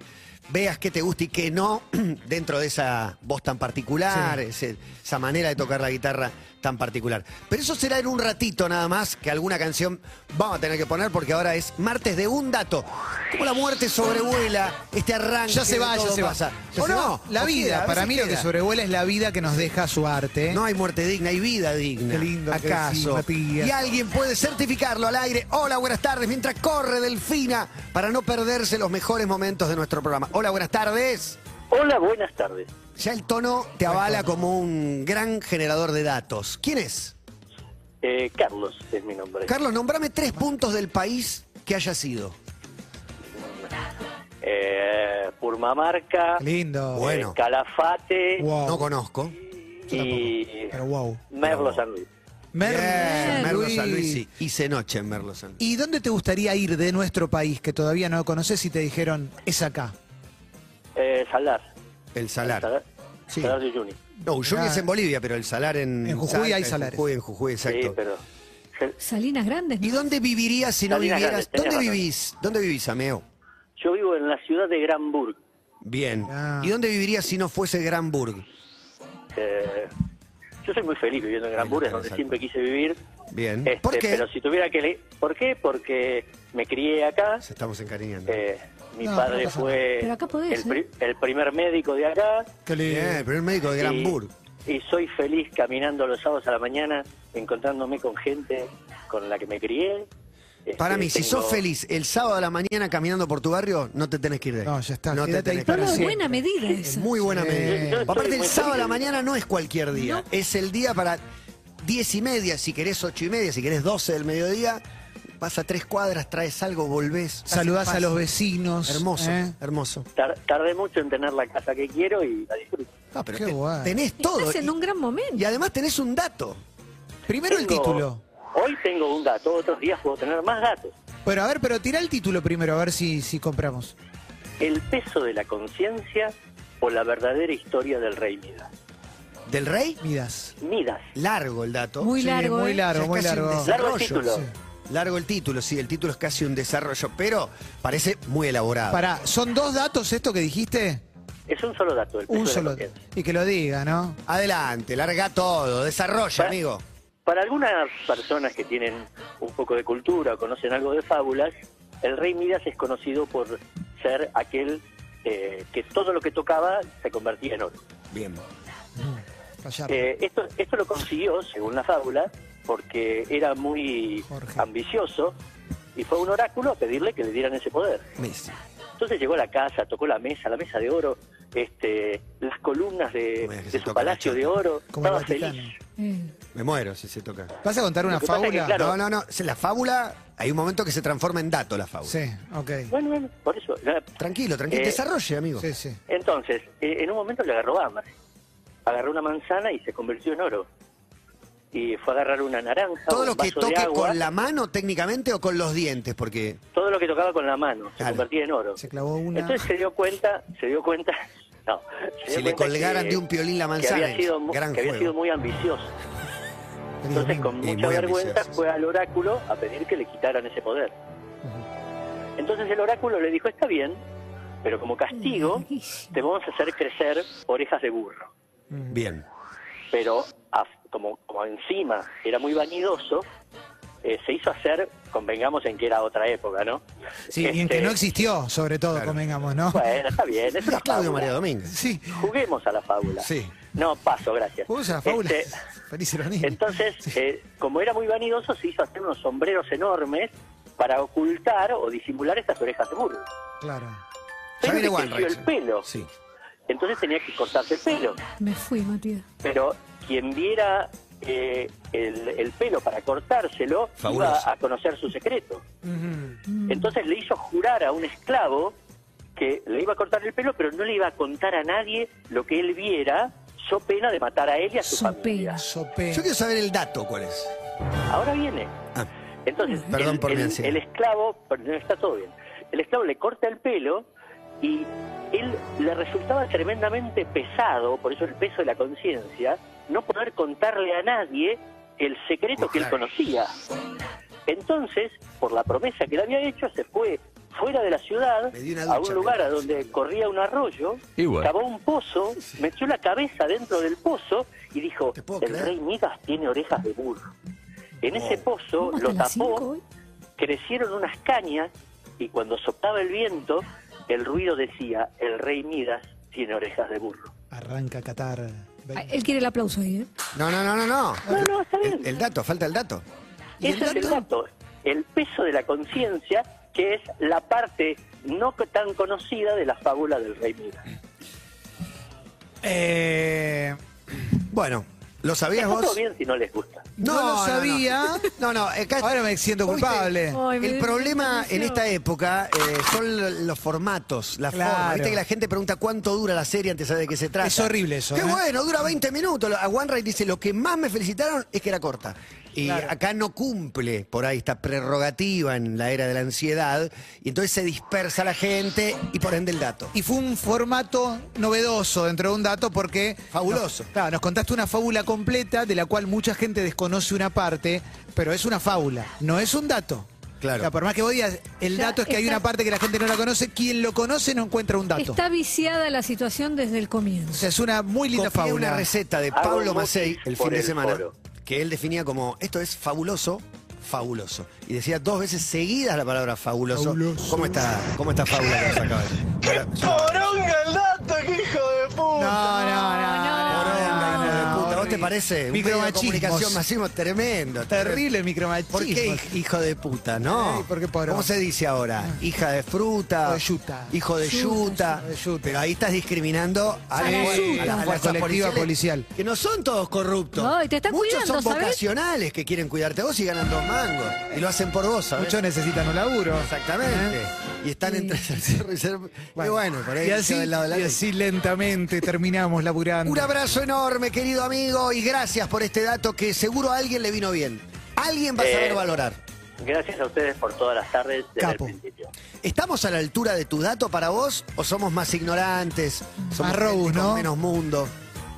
S4: veas qué te gusta y qué no dentro de esa voz tan particular, ese- esa manera de tocar la guitarra tan particular. Pero eso será en un ratito nada más, que alguna canción vamos a tener que poner porque ahora es martes de un dato. Como la muerte sobrevuela este arranque.
S5: Ya se
S4: de
S5: va, ya
S4: todo
S5: se va.
S4: pasa.
S5: Ya
S4: ¿O
S5: se
S4: no?
S5: va. La
S4: ¿O queda? A
S5: vida,
S4: veces
S5: para mí lo que
S4: queda.
S5: sobrevuela es la vida que nos deja su arte.
S4: No hay muerte digna, hay vida digna.
S5: Qué lindo que decís,
S4: ¿Acaso?
S5: Matías.
S4: y alguien puede certificarlo al aire. Hola, buenas tardes, mientras corre Delfina para no perderse los mejores momentos de nuestro programa. Hola, buenas tardes.
S10: Hola, buenas tardes.
S4: Ya el tono te avala como un gran generador de datos. ¿Quién es?
S10: Eh, Carlos es mi nombre.
S4: Carlos, nombrame tres puntos del país que haya sido.
S10: eh, Purmamarca,
S5: Qué Lindo.
S4: Bueno.
S10: eh, Calafate
S5: Wow.
S4: No conozco.
S10: y
S5: Pero wow.
S10: Merlo San Luis.
S5: Merlo,
S10: Eh,
S4: Bien, Merlo
S5: Luis.
S4: San Luis, sí. Hice noche en Merlo San Luis.
S5: ¿Y dónde te gustaría ir de nuestro país que todavía no conoces y te dijeron es acá?
S10: Eh, Salar.
S4: El salar.
S10: Salar,
S4: Sí.
S10: Salar de Uyuni.
S4: No, yo
S5: Mirá.
S4: es en Bolivia, pero el salar en.
S5: Ah. En Jujuy
S4: Salta,
S5: hay
S4: en
S5: salares.
S4: Jujuy, en Jujuy, exacto.
S10: Sí, pero
S6: Salinas Grandes,
S4: ¿Y
S6: ¿no?
S4: dónde vivirías si no
S10: Salinas
S4: vivieras?
S10: Grandes, tenés
S4: ¿Dónde
S10: razón.
S4: vivís? ¿Dónde vivís, Ameo?
S10: yo vivo en la ciudad de Granburg.
S4: Bien.
S5: Ah.
S4: ¿Y dónde vivirías si no fuese Granburg?
S10: Eh, yo soy muy feliz viviendo en Granburg, es donde
S4: Exacto.
S10: siempre quise vivir.
S4: Bien.
S10: Este,
S4: ¿Por qué?
S10: Pero si tuviera que leer... ¿Por qué? Porque me crié acá.
S4: Se estamos encariñando.
S10: eh, mi
S5: No,
S10: padre
S5: no pasa
S10: fue
S6: Pero acá podés,
S10: el, pri-
S6: ¿eh?
S10: el primer médico de acá.
S5: Qué lindo.
S4: Bien, el primer médico de
S10: Y-
S4: Granburg.
S10: Y, soy feliz caminando los sábados a la mañana, encontrándome con gente con la que me crié. Este,
S4: Para mí, si
S10: tengo-
S4: sos feliz el sábado a la mañana caminando por tu barrio, no te tenés que ir de ahí.
S5: No, ya está,
S4: No te
S5: quédate ahí
S4: tenés que
S5: para
S4: ir.
S6: Todo es
S5: siempre.
S6: buena medida
S4: Es
S6: esa.
S4: muy buena
S5: Sí.
S4: medida.
S10: Yo estoy
S4: Aparte, el
S10: muy
S4: sábado a la
S10: feliz.
S4: mañana no es cualquier día. Es el día para diez y media, si querés ocho y media, si querés 12 del mediodía. vas a tres cuadras, traes algo, volvés. haces
S5: Saludás
S4: paz.
S5: a los vecinos.
S4: Hermoso,
S5: ¿eh?
S4: hermoso.
S10: Tar- tardé mucho en tener la casa que quiero y la disfruto.
S4: Ah, pero
S5: Qué
S4: te-
S5: guay.
S4: tenés todo.
S6: Estás en
S4: y-
S6: un gran momento.
S4: y además tenés un dato.
S5: Primero el
S10: Tengo-
S5: título.
S10: Hoy tengo un gato, otros días puedo tener más gatos.
S5: Pero a ver, pero tira el título primero, a ver si, si compramos.
S10: El peso de la conciencia o la verdadera historia del rey Midas.
S4: ¿Del rey?
S5: Midas.
S10: Midas.
S4: Largo el dato.
S6: Muy
S5: Sí,
S6: largo.
S5: muy
S6: ¿eh?
S4: Ya
S5: largo,
S4: es
S5: muy
S4: casi un
S5: largo.
S4: desarrollo.
S10: Largo el título.
S4: Sí. Largo el título, sí, el título es casi un desarrollo, pero parece muy elaborado.
S5: Pará, ¿son dos datos esto que dijiste?
S10: Es un solo dato, el peso
S5: Un
S10: de la
S5: solo.
S10: conciencia.
S5: Y que lo diga, ¿no?
S4: Adelante, larga todo, desarrolla,
S10: Pa-
S4: amigo.
S10: Para algunas personas que tienen un poco de cultura o conocen algo de fábulas, el rey Midas es conocido por ser aquel eh, que todo lo que tocaba se convertía en oro.
S4: Bien.
S5: Callar.
S10: Eh, esto, esto lo consiguió, según la fábula, porque era muy
S5: Jorge.
S10: ambicioso y fue a un oráculo a pedirle que le dieran ese poder.
S4: Messi.
S10: Entonces llegó a la casa, tocó la mesa, la mesa de oro, este, las columnas de,
S4: No me digas que
S10: de
S4: se
S10: su
S4: toca la
S10: palacio de
S4: chota.
S10: oro.
S5: Como el
S10: Estaba
S5: Vaticano.
S10: feliz.
S6: Eh,
S4: Me muero si se toca.
S5: ¿Vas a contar una
S10: que pasa es que,
S5: fábula?
S10: claro,
S4: No, no, no. se- La fábula, hay un momento que se transforma en dato la fábula.
S5: Sí, ok.
S10: Bueno, bueno, por eso. la-
S4: Tranquilo, tranquilo.
S10: Eh,
S4: desarrolle, amigo.
S5: Sí, sí.
S10: Entonces, eh, en un momento le agarró hambre. Agarró una manzana y se convirtió en oro. Y fue a agarrar una naranja,
S4: Todo
S10: un
S4: lo que
S10: vaso de
S4: toque
S10: agua,
S4: con la mano técnicamente o con los dientes, porque
S10: todo lo que tocaba con la mano se
S4: Claro.
S10: convertía en oro.
S5: Se clavó una.
S10: Entonces se dio cuenta, se dio cuenta, no, se dio
S4: si le
S10: cuenta
S4: colgaran
S10: que-
S4: de un piolín la
S10: que
S4: manzana,
S10: había sido, mu-
S4: gran
S10: que había
S4: juego.
S10: sido muy ambicioso. Entonces, con
S4: Y
S10: mucha
S4: muy
S10: vergüenza,
S4: ambicioso.
S10: fue al oráculo a pedir que le quitaran ese poder. Entonces el oráculo le dijo, está bien, pero como castigo,
S6: larguísimo.
S10: te vamos a hacer crecer orejas de burro. pues,
S4: Bien.
S10: Pero a- como, como encima era muy vanidoso, eh, se hizo hacer, convengamos en que era otra época, ¿no?
S5: Sí, y en que
S10: Este,
S5: no existió, sobre todo,
S4: Claro.
S5: convengamos, ¿no?
S10: Bueno, está bien, es
S4: Es
S10: una
S4: Claudio
S10: fábula.
S4: María Domínguez.
S5: Sí.
S10: Juguemos a la fábula.
S4: Sí.
S10: No, paso, gracias.
S5: Vamos a la fábula.
S10: Este,
S5: Feliz ironía.
S10: Entonces, eh, como era muy vanidoso, se hizo hacer unos sombreros enormes para ocultar o disimular estas orejas de burro.
S5: Claro.
S4: Ya
S10: Pero
S4: viene
S10: le creció
S4: Wanreich.
S10: el pelo,
S4: Sí.
S10: entonces tenía que cortarse el pelo.
S6: Me fui, Matías.
S10: Pero quien viera eh, el, el pelo para cortárselo
S4: Fabuloso.
S10: iba a conocer su secreto.
S5: Ujú.
S6: Mm.
S10: Entonces le hizo jurar a un esclavo que le iba a cortar el pelo, pero no le iba a contar a nadie lo que él viera, so pena de matar a él y a su
S6: So
S10: familia.
S6: pena.
S5: Sopé.
S4: Yo quiero saber el dato, ¿cuál es?
S10: Ahora viene.
S4: Ah.
S10: Entonces,
S4: Perdón
S10: el,
S4: por mi
S10: el-
S4: ansiedad.
S10: el esclavo, pero no, está todo bien, el esclavo le corta el pelo y él le resultaba tremendamente pesado, por eso el peso de la conciencia, no poder contarle a nadie el secreto que él
S4: Claro.
S10: conocía. Entonces, por la promesa que le había hecho, se fue fuera de la ciudad,
S4: Me di una
S10: a
S4: ducha,
S10: un lugar
S4: pero-
S10: a donde corría un arroyo,
S3: Igual.
S10: cavó un pozo, metió la cabeza dentro del pozo y dijo,
S4: Te puedo
S10: el
S4: creer".
S10: rey Midas tiene orejas de burro. En ese pozo
S6: ¿Vamos hasta
S10: lo
S6: las cinco
S10: tapó,
S6: hoy?
S10: crecieron unas cañas y cuando soplaba el viento, el ruido decía, el rey Midas tiene orejas de burro.
S5: Arranca Qatar.
S6: Ah, Él quiere el aplauso ahí, ¿eh?
S4: No, no, no, no, no.
S10: No, no, está bien.
S4: Ah. El, el dato, falta el dato. ¿Y
S10: Ese es el dato, el peso de la conciencia, que es la parte no co- tan conocida de la fábula del rey Midas.
S5: Eh,
S4: Bueno, ¿lo sabías
S10: Está todo
S4: vos?
S10: bien si no les gusta.
S5: no, lo sabía.
S4: No, no, acá-
S5: Ahora me siento
S4: ¿Viste?
S5: culpable.
S6: Ay, me
S4: el
S6: dio
S4: problema
S6: impresión.
S4: en esta época eh, son los formatos, la
S5: Claro.
S4: forma. Viste que la gente pregunta cuánto dura la serie antes de saber de qué se trata.
S5: Es horrible eso,
S4: Qué
S5: ¿eh?
S4: bueno, dura 20 minutos. A OneRide dice, lo que más me felicitaron es que era corta. Y acá no cumple por ahí esta prerrogativa en la era de la ansiedad. Y entonces se dispersa la gente y por ende el dato.
S5: Y fue un formato novedoso dentro de un dato porque...
S4: Fabuloso.
S5: Nos, claro, nos contaste una fábula completa de la cual mucha gente desconoce una parte, pero es una fábula, no es un dato.
S4: Claro.
S5: O sea, por más que vos digas, el
S6: Ya
S5: dato es que hay
S6: está-
S5: una parte que la gente no la conoce, quien lo conoce no encuentra un dato.
S6: Está viciada la situación desde el
S5: O
S6: comienzo.
S5: sea, es una muy linda
S4: Copié
S5: fábula.
S4: una receta de
S10: Hago
S4: Pablo
S10: un
S4: Macei
S10: motis
S4: el
S10: por
S4: fin de
S10: el
S4: semana
S10: foro.
S4: que él definía como esto es fabuloso, fabuloso. Y decía dos veces seguidas la palabra fabuloso.
S5: Fabuloso.
S4: ¿Cómo está? ¿Cómo está fábula que nos acaba de
S7: ¡Poronga el dato, que hijo de puta!
S5: No, no, no.
S6: No,
S5: no,
S6: Ah.
S4: Poronga,
S5: no,
S4: hijo de puta. Vos te parece? Un medio de
S5: Micromachismos.
S4: comunicación masivo tremendo.
S5: Terrible micromachismo.
S4: ¿Por qué hij- hijo de puta? No.
S5: Sí, porque pobre.
S4: ¿Cómo se dice ahora? Hija de fruta.
S5: Ah. Hijo de yuta.
S4: Hijo de yuta.
S5: hijo de yuta.
S4: Pero ahí estás discriminando
S6: Sí,
S4: a, las-
S6: a la
S4: a las
S5: yuta.
S4: fuerzas
S5: Colectiva
S4: policiales,
S5: policial.
S4: Que no son todos corruptos.
S6: No, y te están
S4: Muchos
S6: cuidando,
S4: son
S6: ¿sabés?
S4: vocacionales que quieren cuidarte a vos y ganan dos mangos. Y lo hacen por vos, ¿sabés?
S5: Muchos necesitan un laburo.
S4: Exactamente. Y están entre el cerro y ser... Y bueno, por ahí
S5: y así,
S4: se del lado de la
S5: y
S4: ley.
S5: así lentamente terminamos laburando.
S4: Un abrazo enorme, querido amigo, y gracias por este dato que seguro a alguien le vino bien. Alguien va a saber
S1: Eh.
S4: valorar.
S1: Gracias a ustedes por todas las tardes desde
S4: Capo.
S1: el principio.
S4: ¿Estamos a la altura de tu dato para vos o somos más ignorantes? Somos
S5: Más
S4: gente
S5: robus,
S4: con
S5: ¿no?
S4: menos mundo.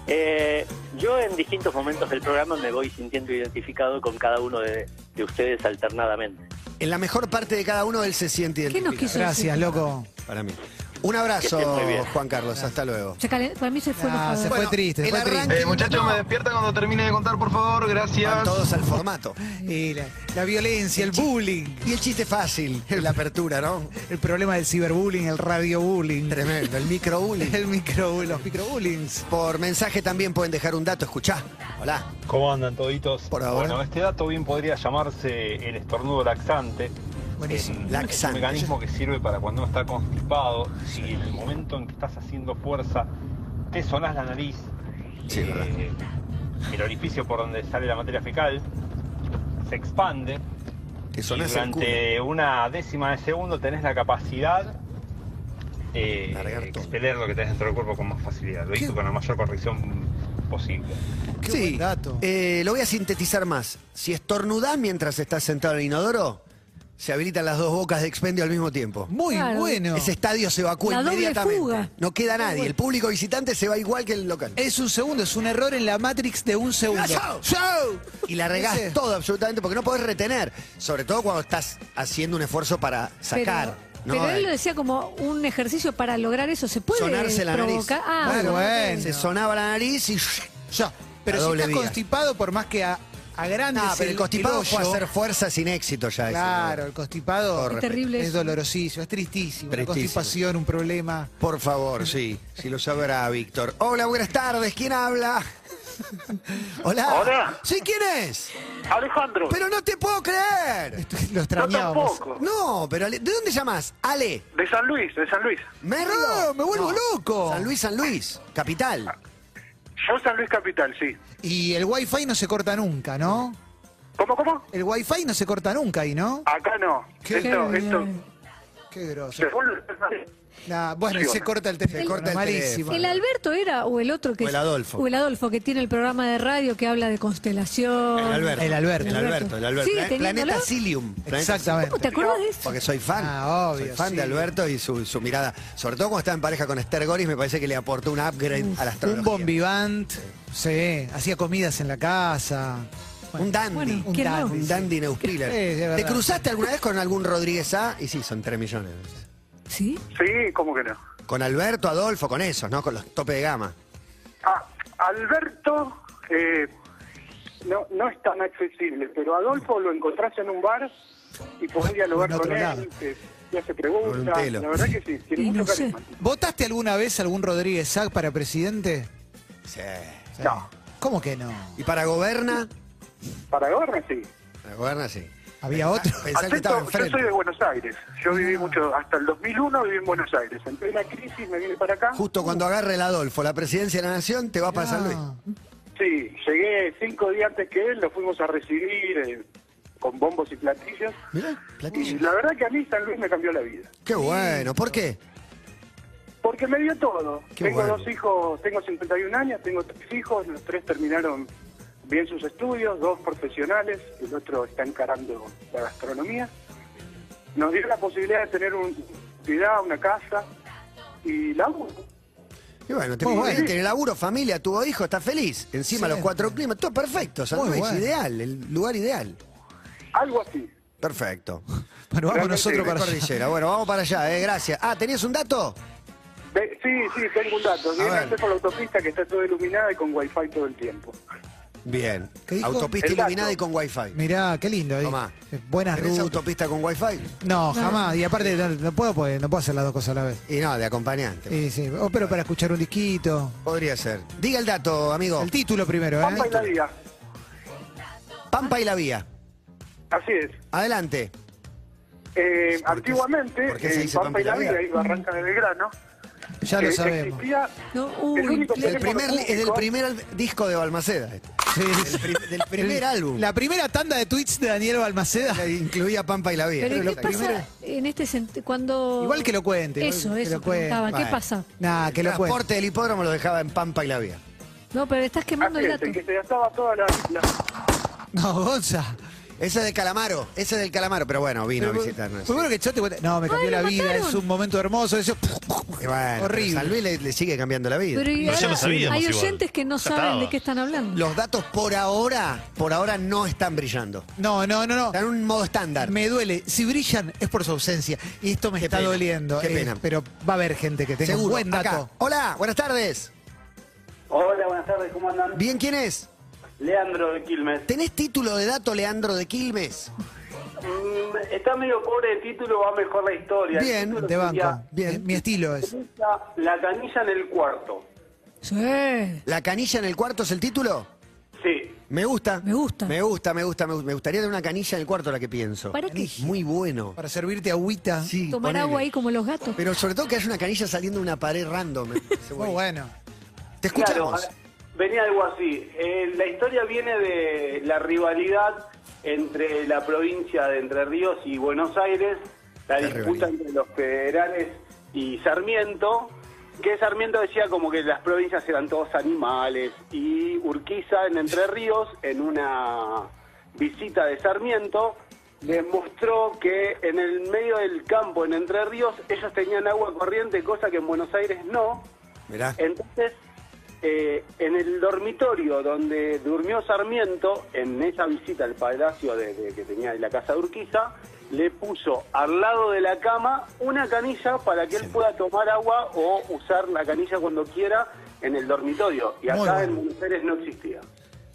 S1: Eh, yo en distintos momentos del programa me voy sintiendo identificado con cada uno de, de ustedes alternadamente.
S4: En la mejor parte de cada uno él se siente
S6: ¿Qué nos
S4: identificado.
S6: quiso
S5: Gracias,
S6: decir?
S5: loco.
S4: Para mí. Un
S1: Que
S4: abrazo,
S1: estés muy bien.
S4: Juan Carlos. Hasta luego.
S6: Se calen- Para mí se fue
S5: Ah,
S6: enojado.
S5: se fue. triste,
S4: el
S5: fue triste.
S4: arranque-
S7: Eh,
S9: muchachos, me despiertan cuando termine de contar, por favor.
S4: Van
S9: Gracias.
S4: todos al formato.
S5: Y la, la violencia, el bullying,
S4: Y el chiste fácil, la apertura, ¿no?
S5: el problema del ciberbullying, el radiobullying,
S4: Tremendo, el microbullying.
S5: el micro, los microbullings.
S4: Por mensaje también pueden dejar un dato, escuchá. Hola.
S9: ¿Cómo andan toditos?
S4: Por ahora.
S9: Bueno, este dato bien podría llamarse el estornudo laxante.
S5: Buenísimo.
S9: Es
S4: Laxante.
S9: un mecanismo que sirve para cuando uno está constipado. Si en el momento en que estás haciendo fuerza te sonás la nariz,
S4: Sí,
S9: eh,
S4: verdad.
S9: el orificio por donde sale la materia fecal se expande
S4: Te
S9: y
S4: sonás el culo.
S9: durante una décima de segundo tenés la capacidad eh, de
S4: Largar todo.
S9: expeler lo que tenés dentro del cuerpo con más facilidad. Lo
S5: ¿Qué?
S9: hizo con la mayor corrección posible.
S5: Qué buen dato.
S4: eh, lo voy a sintetizar más. Si estornudás mientras estás sentado en el inodoro, se habilitan las dos bocas de expendio al mismo tiempo.
S5: Muy
S6: Claro.
S5: bueno.
S4: Ese estadio se evacúa
S6: La doble
S4: inmediatamente.
S6: fuga.
S4: No queda nadie. El público visitante se va igual que el local.
S5: Es un segundo, es un error en la Matrix de un segundo.
S4: ¡Chao! Y la regás
S5: Ese-
S4: todo absolutamente porque no podés retener. Sobre todo cuando estás haciendo un esfuerzo para sacar. ¿no?
S6: pero él lo
S4: Eh,
S6: decía como un ejercicio para lograr eso. ¿Se puede
S4: Sonarse la nariz.
S6: provocar? Ah,
S5: Bueno, bueno.
S4: Se sonaba la nariz y...
S5: Ya. Pero
S4: La
S5: si
S4: doble
S5: estás
S4: vía.
S5: constipado, por más que a, a grandes
S4: Ah, pero el constipado
S5: hoyo,
S4: fue a hacer fuerza sin éxito ya. ese, ¿no?
S5: Claro, el constipado
S4: Correcto.
S6: Es terrible
S5: es
S6: eso.
S5: dolorosísimo, es tristísimo. Una
S4: Tristísimo.
S5: constipación, un problema.
S4: Por favor, sí, si lo sabrá Víctor. Hola, buenas tardes, ¿quién habla? Hola.
S1: Hola.
S4: Sí, ¿quién es?
S1: Alejandro,
S4: Pero no te puedo creer.
S5: Lo extrañábamos.
S4: No, pero Ale- ¿de dónde llamás? Ale.
S1: De San Luis, de San Luis.
S4: Merlo.
S5: No, me vuelvo loco.
S4: San Luis, San Luis, capital.
S1: Yo San Luis Capital, sí.
S5: Y el wifi no se corta nunca, ¿no?
S1: ¿Cómo, cómo?
S5: El wifi no se corta nunca ahí, ¿no?
S1: Acá no.
S5: Qué
S1: esto,
S6: bien.
S1: esto.
S5: Qué groso.
S1: se vuelve-
S5: Nah, bueno, se corta el teléfono.
S4: corta el
S5: malísimo.
S6: El Alberto era o el otro que
S4: O el
S6: es-
S4: Adolfo.
S6: o el Adolfo que tiene el programa de radio que habla de constelación.
S5: El Alberto.
S4: El Alberto, el Alberto.
S6: ¿Sigue
S4: Pla-
S6: teniéndolo?
S4: Planeta Silium. Planeta
S5: Exactamente.
S6: ¿Cómo te acuerdas de
S4: Silium,
S6: eso?
S4: Porque soy fan.
S5: Ah, obvio,
S4: soy fan
S5: sí.
S4: de Alberto y su, su mirada. Sobre todo cuando estaba en pareja con Esther Goris, me parece que le aportó un upgrade a la astrología.
S5: Un bombivant. Sí, hacía comidas en la casa.
S4: Un dandy.
S6: Bueno,
S4: un
S6: ¿quién no?
S4: dandy. Un dandy neuspiller.
S5: Ah, Sí, es verdad.
S4: ¿Te cruzaste alguna vez con algún Rodríguez A? Y sí, son 3 millones.
S6: ¿Sí?
S1: Sí, ¿cómo que no?
S4: Con Alberto, Adolfo, con esos, ¿no? Con los tope de gama.
S1: Ah, Alberto eh, no, no es tan accesible, pero Adolfo lo encontrás en un bar y podés dialogar
S5: En otro
S1: con
S5: lado.
S1: él, te, te hace
S4: Con un
S1: preguntas.
S4: telo.
S1: La verdad que sí, tiene
S6: Y
S1: mucho
S6: no sé.
S1: carisma.
S5: ¿Votaste alguna vez algún Rodríguez Sac para presidente?
S4: Sí.
S1: No,
S5: ¿Cómo que no?
S4: ¿Y para goberna?
S1: para Gorra sí.
S4: Para goberna, sí. Ah,
S5: ¿Había otro?
S4: Pensá que estaba
S1: Acepto, yo soy de
S4: enfrente. Ah.
S1: Buenos Aires. Yo viví mucho, hasta el 2001 viví en Buenos Aires. En plena crisis me vine para acá.
S4: Justo cuando agarre el Adolfo la presidencia de la Nación, te va a pasar Luis.
S5: Ah,
S1: Sí, llegué cinco días antes que él, lo fuimos a recibir eh, con bombos y platillos.
S4: Mirá,
S1: Y
S4: platillo.
S1: la verdad que a mí San Luis me cambió la vida.
S4: Qué bueno. ¿Por qué?
S1: Porque me dio todo.
S4: Qué
S1: tengo
S4: bueno.
S1: dos hijos, tengo 51 años, tengo tres hijos, los tres terminaron bien sus estudios, dos profesionales, el otro está encarando la gastronomía. Nos dio la posibilidad de tener un ciudad, una casa y la U.
S4: Y bueno, te
S5: Muy bueno.
S4: tiene laburo, familia, tuvo hijo, está feliz. Encima
S5: Sí.
S4: los cuatro climas, todo perfecto. San
S5: Muy
S4: Luis,
S5: bueno.
S4: ideal, el lugar ideal.
S1: Algo así.
S4: Perfecto.
S5: Bueno, vamos
S1: Realmente de
S5: nosotros para allá.
S4: Cordillera. Bueno, vamos para allá, eh, gracias. Ah, ¿tenías un dato?
S1: Ve- Sí, sí, tengo un dato. Viene
S4: ver.
S1: a hacer por la autopista que está toda iluminada y con wifi todo el tiempo.
S4: Bien.
S5: ¿Qué dijo?
S4: Autopista
S10: El
S4: iluminada
S10: gato.
S4: y con wifi.
S5: Mirá, qué lindo. ahí. Eh,
S4: Tomá.
S5: Buenas
S4: ¿Tenés
S5: rutas.
S4: autopista con wifi?
S5: No, jamás. Y aparte, no, no puedo, pues, no puedo hacer las dos cosas a la vez.
S4: Y no, de acompañante.
S5: Sí, sí. O, pero para escuchar un disquito.
S4: Podría ser. Diga el dato, amigo.
S5: El título primero, ¿eh?
S11: Pampa y la vida.
S4: Pampa y la vía.
S11: Así es.
S4: Adelante. ¿Por
S11: Eh,
S4: qué-
S11: antiguamente,
S4: por qué se
S11: eh,
S4: dice
S11: Pampa y la vida, y Barranca de Belgrano,
S5: Ya lo
S11: eh,
S5: sabemos.
S11: existía
S6: No,
S11: el
S6: uy,
S11: único
S6: Cle-
S4: El
S11: teléfono
S4: primer,
S11: público,
S4: es del primer al- disco de Balmaceda. este.
S5: Sí, sí.
S4: Del, pri- del primer
S5: El-
S4: álbum.
S5: La primera tanda de tweets de Daniel Balmaceda.
S4: Que Incluía Pampa y la vía.
S6: Pero ¿y
S4: Lo
S6: ¿qué pasa
S4: primero-
S6: en este sentido? Cuando...
S5: Igual que lo cuente, igual
S6: Eso,
S5: que lo
S6: eso,
S5: cuente.
S6: preguntaba. ¿Qué
S4: Vale.
S6: pasa?
S5: Nah, que
S4: el
S5: lo cuente.
S4: transporte del hipódromo lo dejaba en Pampa y la vía.
S6: No, pero estás quemando
S11: así
S12: Ah,
S6: el
S11: es,
S6: dato.
S11: el que se gastaba toda la... la-
S5: No, Gonza.
S4: Ese de Calamaro, ese del Calamaro, pero bueno, vino a visitarnos.
S5: Fue bueno que yo te cuente- No, me cambió
S6: Ay, lo
S5: la vida,
S6: mataron.
S5: es un momento hermoso. Eso,
S4: Y bueno,
S5: horrible.
S4: pero San Luis le, le sigue cambiando la vida.
S6: Pero y
S12: No, ya
S6: ahora
S12: lo sabíamos
S6: hay
S12: igual.
S6: oyentes que no
S12: Ya
S6: saben
S12: estaba.
S6: de qué están hablando.
S4: Los datos por ahora, por ahora no están brillando.
S5: No, no, no, no.
S4: Están en un modo estándar.
S5: Me duele. Si brillan es por su ausencia. Y esto me
S4: Qué
S5: está
S4: pena,
S5: doliendo. eh,
S4: qué pena.
S5: Pero va a haber gente que tenga un
S4: Seguro.
S5: buen dato.
S4: Acá. Hola, buenas tardes.
S11: Hola, buenas tardes, ¿cómo andan?
S4: Bien, ¿quién es?
S11: Leandro de Quilmes.
S4: ¿Tenés título de dato, Leandro de Quilmes?
S11: Mm, está medio pobre el título, va mejor la historia. El
S4: Bien,
S11: título
S5: Te banco.
S11: sería
S5: Bien. Mi estilo es.
S11: La canilla en el cuarto.
S6: Sí,
S4: ¿La canilla en el cuarto es el título?
S11: Sí.
S4: Me gusta.
S6: Me gusta.
S4: Me gusta, me gusta, me gusta. Me gustaría tener una canilla en el cuarto, la que pienso.
S6: ¿Para qué?
S4: Muy bueno.
S5: Para servirte agüita.
S4: Sí,
S6: tomar
S4: ponele.
S6: agua ahí como los gatos.
S4: Pero sobre todo que haya una canilla saliendo de una pared random. me parece
S5: Muy
S4: buenísimo.
S5: Oh, bueno.
S4: Te escuchamos.
S11: Claro, venía algo así. Eh, la historia viene de la rivalidad entre la provincia de Entre Ríos y Buenos Aires, la
S4: Qué
S11: disputa
S4: rivalidad.
S11: entre los federales y Sarmiento, que Sarmiento decía como que las provincias eran todos animales y Urquiza en Entre Ríos, en una visita de Sarmiento, demostró que en el medio del campo en Entre Ríos ellos tenían agua corriente, cosa que en Buenos Aires no,
S4: Mirá.
S11: entonces, eh, en el dormitorio donde durmió Sarmiento, en esa visita al palacio de, de- que tenía de la casa de Urquiza, le puso al lado de la cama una canilla para que él pueda tomar agua o usar la canilla cuando quiera en el dormitorio. Y
S5: Muy
S11: acá
S5: bueno.
S11: en Buenos Aires no existía.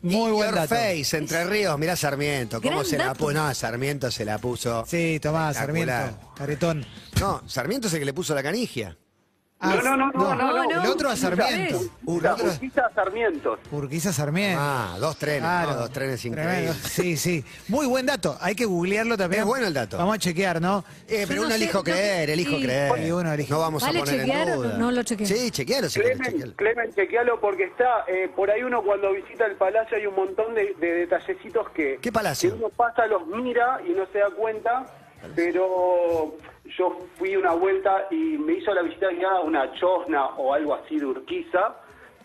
S5: Muy
S4: In
S5: buen
S4: your
S5: dato.
S4: face, Entre Ríos, mirá Sarmiento, cómo
S6: Gran
S4: se la
S6: dato.
S4: puso. No, Sarmiento se la puso.
S5: Sí, Tomás,
S4: Espectacular.
S5: Sarmiento. Caretón.
S4: No, Sarmiento es el que le puso la canigia.
S5: Ah,
S11: no, no, no, no, no, no.
S5: El otro a Sarmiento.
S6: ¿Sabés?
S4: Uno, otro-
S11: Urquiza a Sarmiento.
S5: Urquiza Sarmiento.
S4: Ah, dos trenes.
S5: Claro.
S4: no, dos trenes
S5: Tremendo.
S4: increíbles.
S5: Sí, sí. Muy buen dato. Hay que googlearlo también.
S4: Es bueno el dato.
S5: Vamos a chequear, ¿no?
S4: Eh, pero
S6: Yo no
S4: uno
S6: sé,
S4: elijo
S6: no-
S4: creer, elijo
S6: sí.
S4: creer.
S5: Y uno elige.
S4: No vamos
S6: ¿Vale
S4: a poner
S6: chequear
S4: en
S6: o no?
S4: duda.
S6: No lo chequeo.
S4: Sí, chequealo si querés,
S11: Clemen,
S4: chequealo.
S11: Clemen, chequealo porque está, eh, por ahí uno cuando visita el palacio hay un montón de, de detallecitos que,
S4: ¿Qué palacio?
S11: que uno pasa, los mira y no se da cuenta, pero yo fui una vuelta y me hizo la visita guiada una chosna o algo así de Urquiza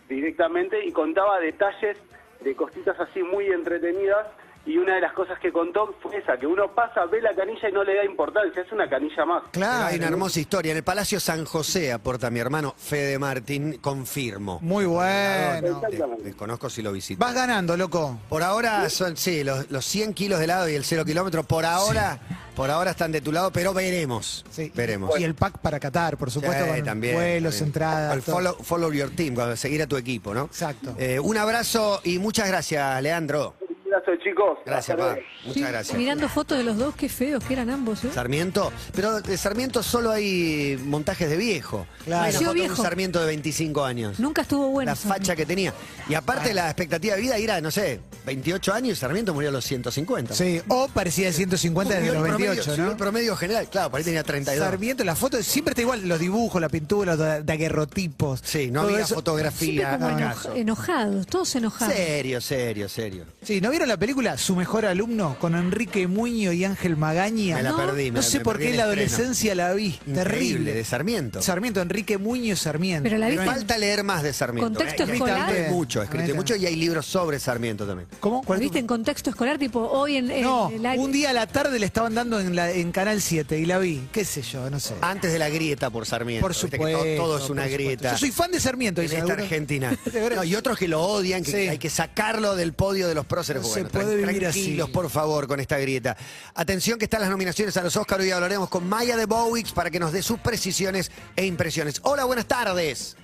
S11: directamente y contaba detalles de cositas así muy entretenidas y una de las cosas que contó fue esa, que uno pasa, ve la canilla y no le da importancia, es una canilla más.
S4: Claro, hay una hermosa historia. En el Palacio San José aporta mi hermano Fede Martín, confirmo.
S5: Muy bueno.
S11: Exactamente.
S4: Desconozco si lo visité.
S5: Vas ganando, loco.
S4: Por ahora son, sí, los, los 100 kilos de lado y el 0 kilómetro. Por ahora, por ahora están de tu lado, pero veremos.
S5: Sí.
S4: Veremos.
S5: Y el pack para Qatar, por supuesto,
S4: Sí,
S5: con
S4: también,
S5: vuelos,
S4: también.
S5: entradas.
S4: Al
S5: todo.
S4: follow, follow your team, cuando seguir a tu equipo, ¿no?
S5: Exacto.
S4: Eh, un abrazo y muchas gracias, Leandro.
S11: Un abrazo, chicos.
S4: Gracias,
S11: Hasta
S4: pa.
S11: luego.
S6: Sí,
S4: Muchas gracias.
S6: Mirando fotos de los dos, qué feos que eran ambos. ¿eh?
S4: Sarmiento, pero de Sarmiento solo hay montajes de viejo.
S5: Claro.
S4: Hay una
S6: Sí,
S4: foto de un
S6: viejo.
S4: Sarmiento de 25 años.
S6: Nunca estuvo bueno.
S4: la facha que tenía. Y aparte la expectativa de vida era, no sé, 28 años y Sarmiento murió a los 150.
S5: Sí, o parecía de 150
S4: Subió
S5: desde
S4: el
S5: los
S4: promedio,
S5: 28,
S4: subió
S5: ¿no?
S4: El promedio general, claro, por ahí tenía 32.
S5: Sarmiento, la foto siempre está igual, los dibujos, la pintura, los daguerrotipos.
S4: Sí, no
S5: todo
S4: había
S5: eso.
S4: fotografía.
S6: Siempre como eno-
S4: acaso.
S6: enojados, todos enojados.
S4: Serio, serio, serio.
S5: Sí, ¿no vieron la película Su mejor alumno con Enrique Muño y Ángel Magaña?
S4: Me la
S5: no,
S4: perdí, me
S5: no
S4: la-
S5: sé
S4: me
S5: por
S4: perdí
S5: qué
S4: el
S5: en la
S4: estreno.
S5: adolescencia la vi.
S4: Terrible.
S5: Terrible.
S4: De Sarmiento.
S5: Sarmiento, Enrique Muño y Sarmiento.
S6: Pero la
S4: Me
S6: viste.
S4: falta leer más de Sarmiento.
S6: Contexto
S4: Eh, y
S6: escolar.
S4: escrito mucho, escrito
S5: Ahí
S4: mucho
S5: está.
S4: y hay libros sobre Sarmiento también.
S5: ¿Cómo?
S6: ¿La viste en contexto escolar? Tipo, hoy en, en
S5: No,
S6: el área-
S5: un día a la tarde la estaban dando en, la- en Canal 7 y la vi. ¿Qué sé yo? No sé.
S4: Antes de la grieta por Sarmiento.
S5: por
S4: Ah, Viste
S5: supuesto.
S4: que to- todo, es una
S5: por supuesto.
S4: grieta.
S5: Yo soy fan de Sarmiento.
S4: en
S5: dice
S4: esta
S5: alguno.
S4: Argentina.
S5: De verdad.
S4: No, y otros que lo odian, que
S5: Sí.
S4: hay que sacarlo del podio de los próceres.
S5: No se
S4: Bueno,
S5: puede
S4: tran-
S5: vivir así.
S4: tranquilos, por favor, con esta grieta. Atención que están las nominaciones a los Oscar y hablaremos con Maya de Bowix para que nos dé sus precisiones e impresiones. Hola, buenas tardes.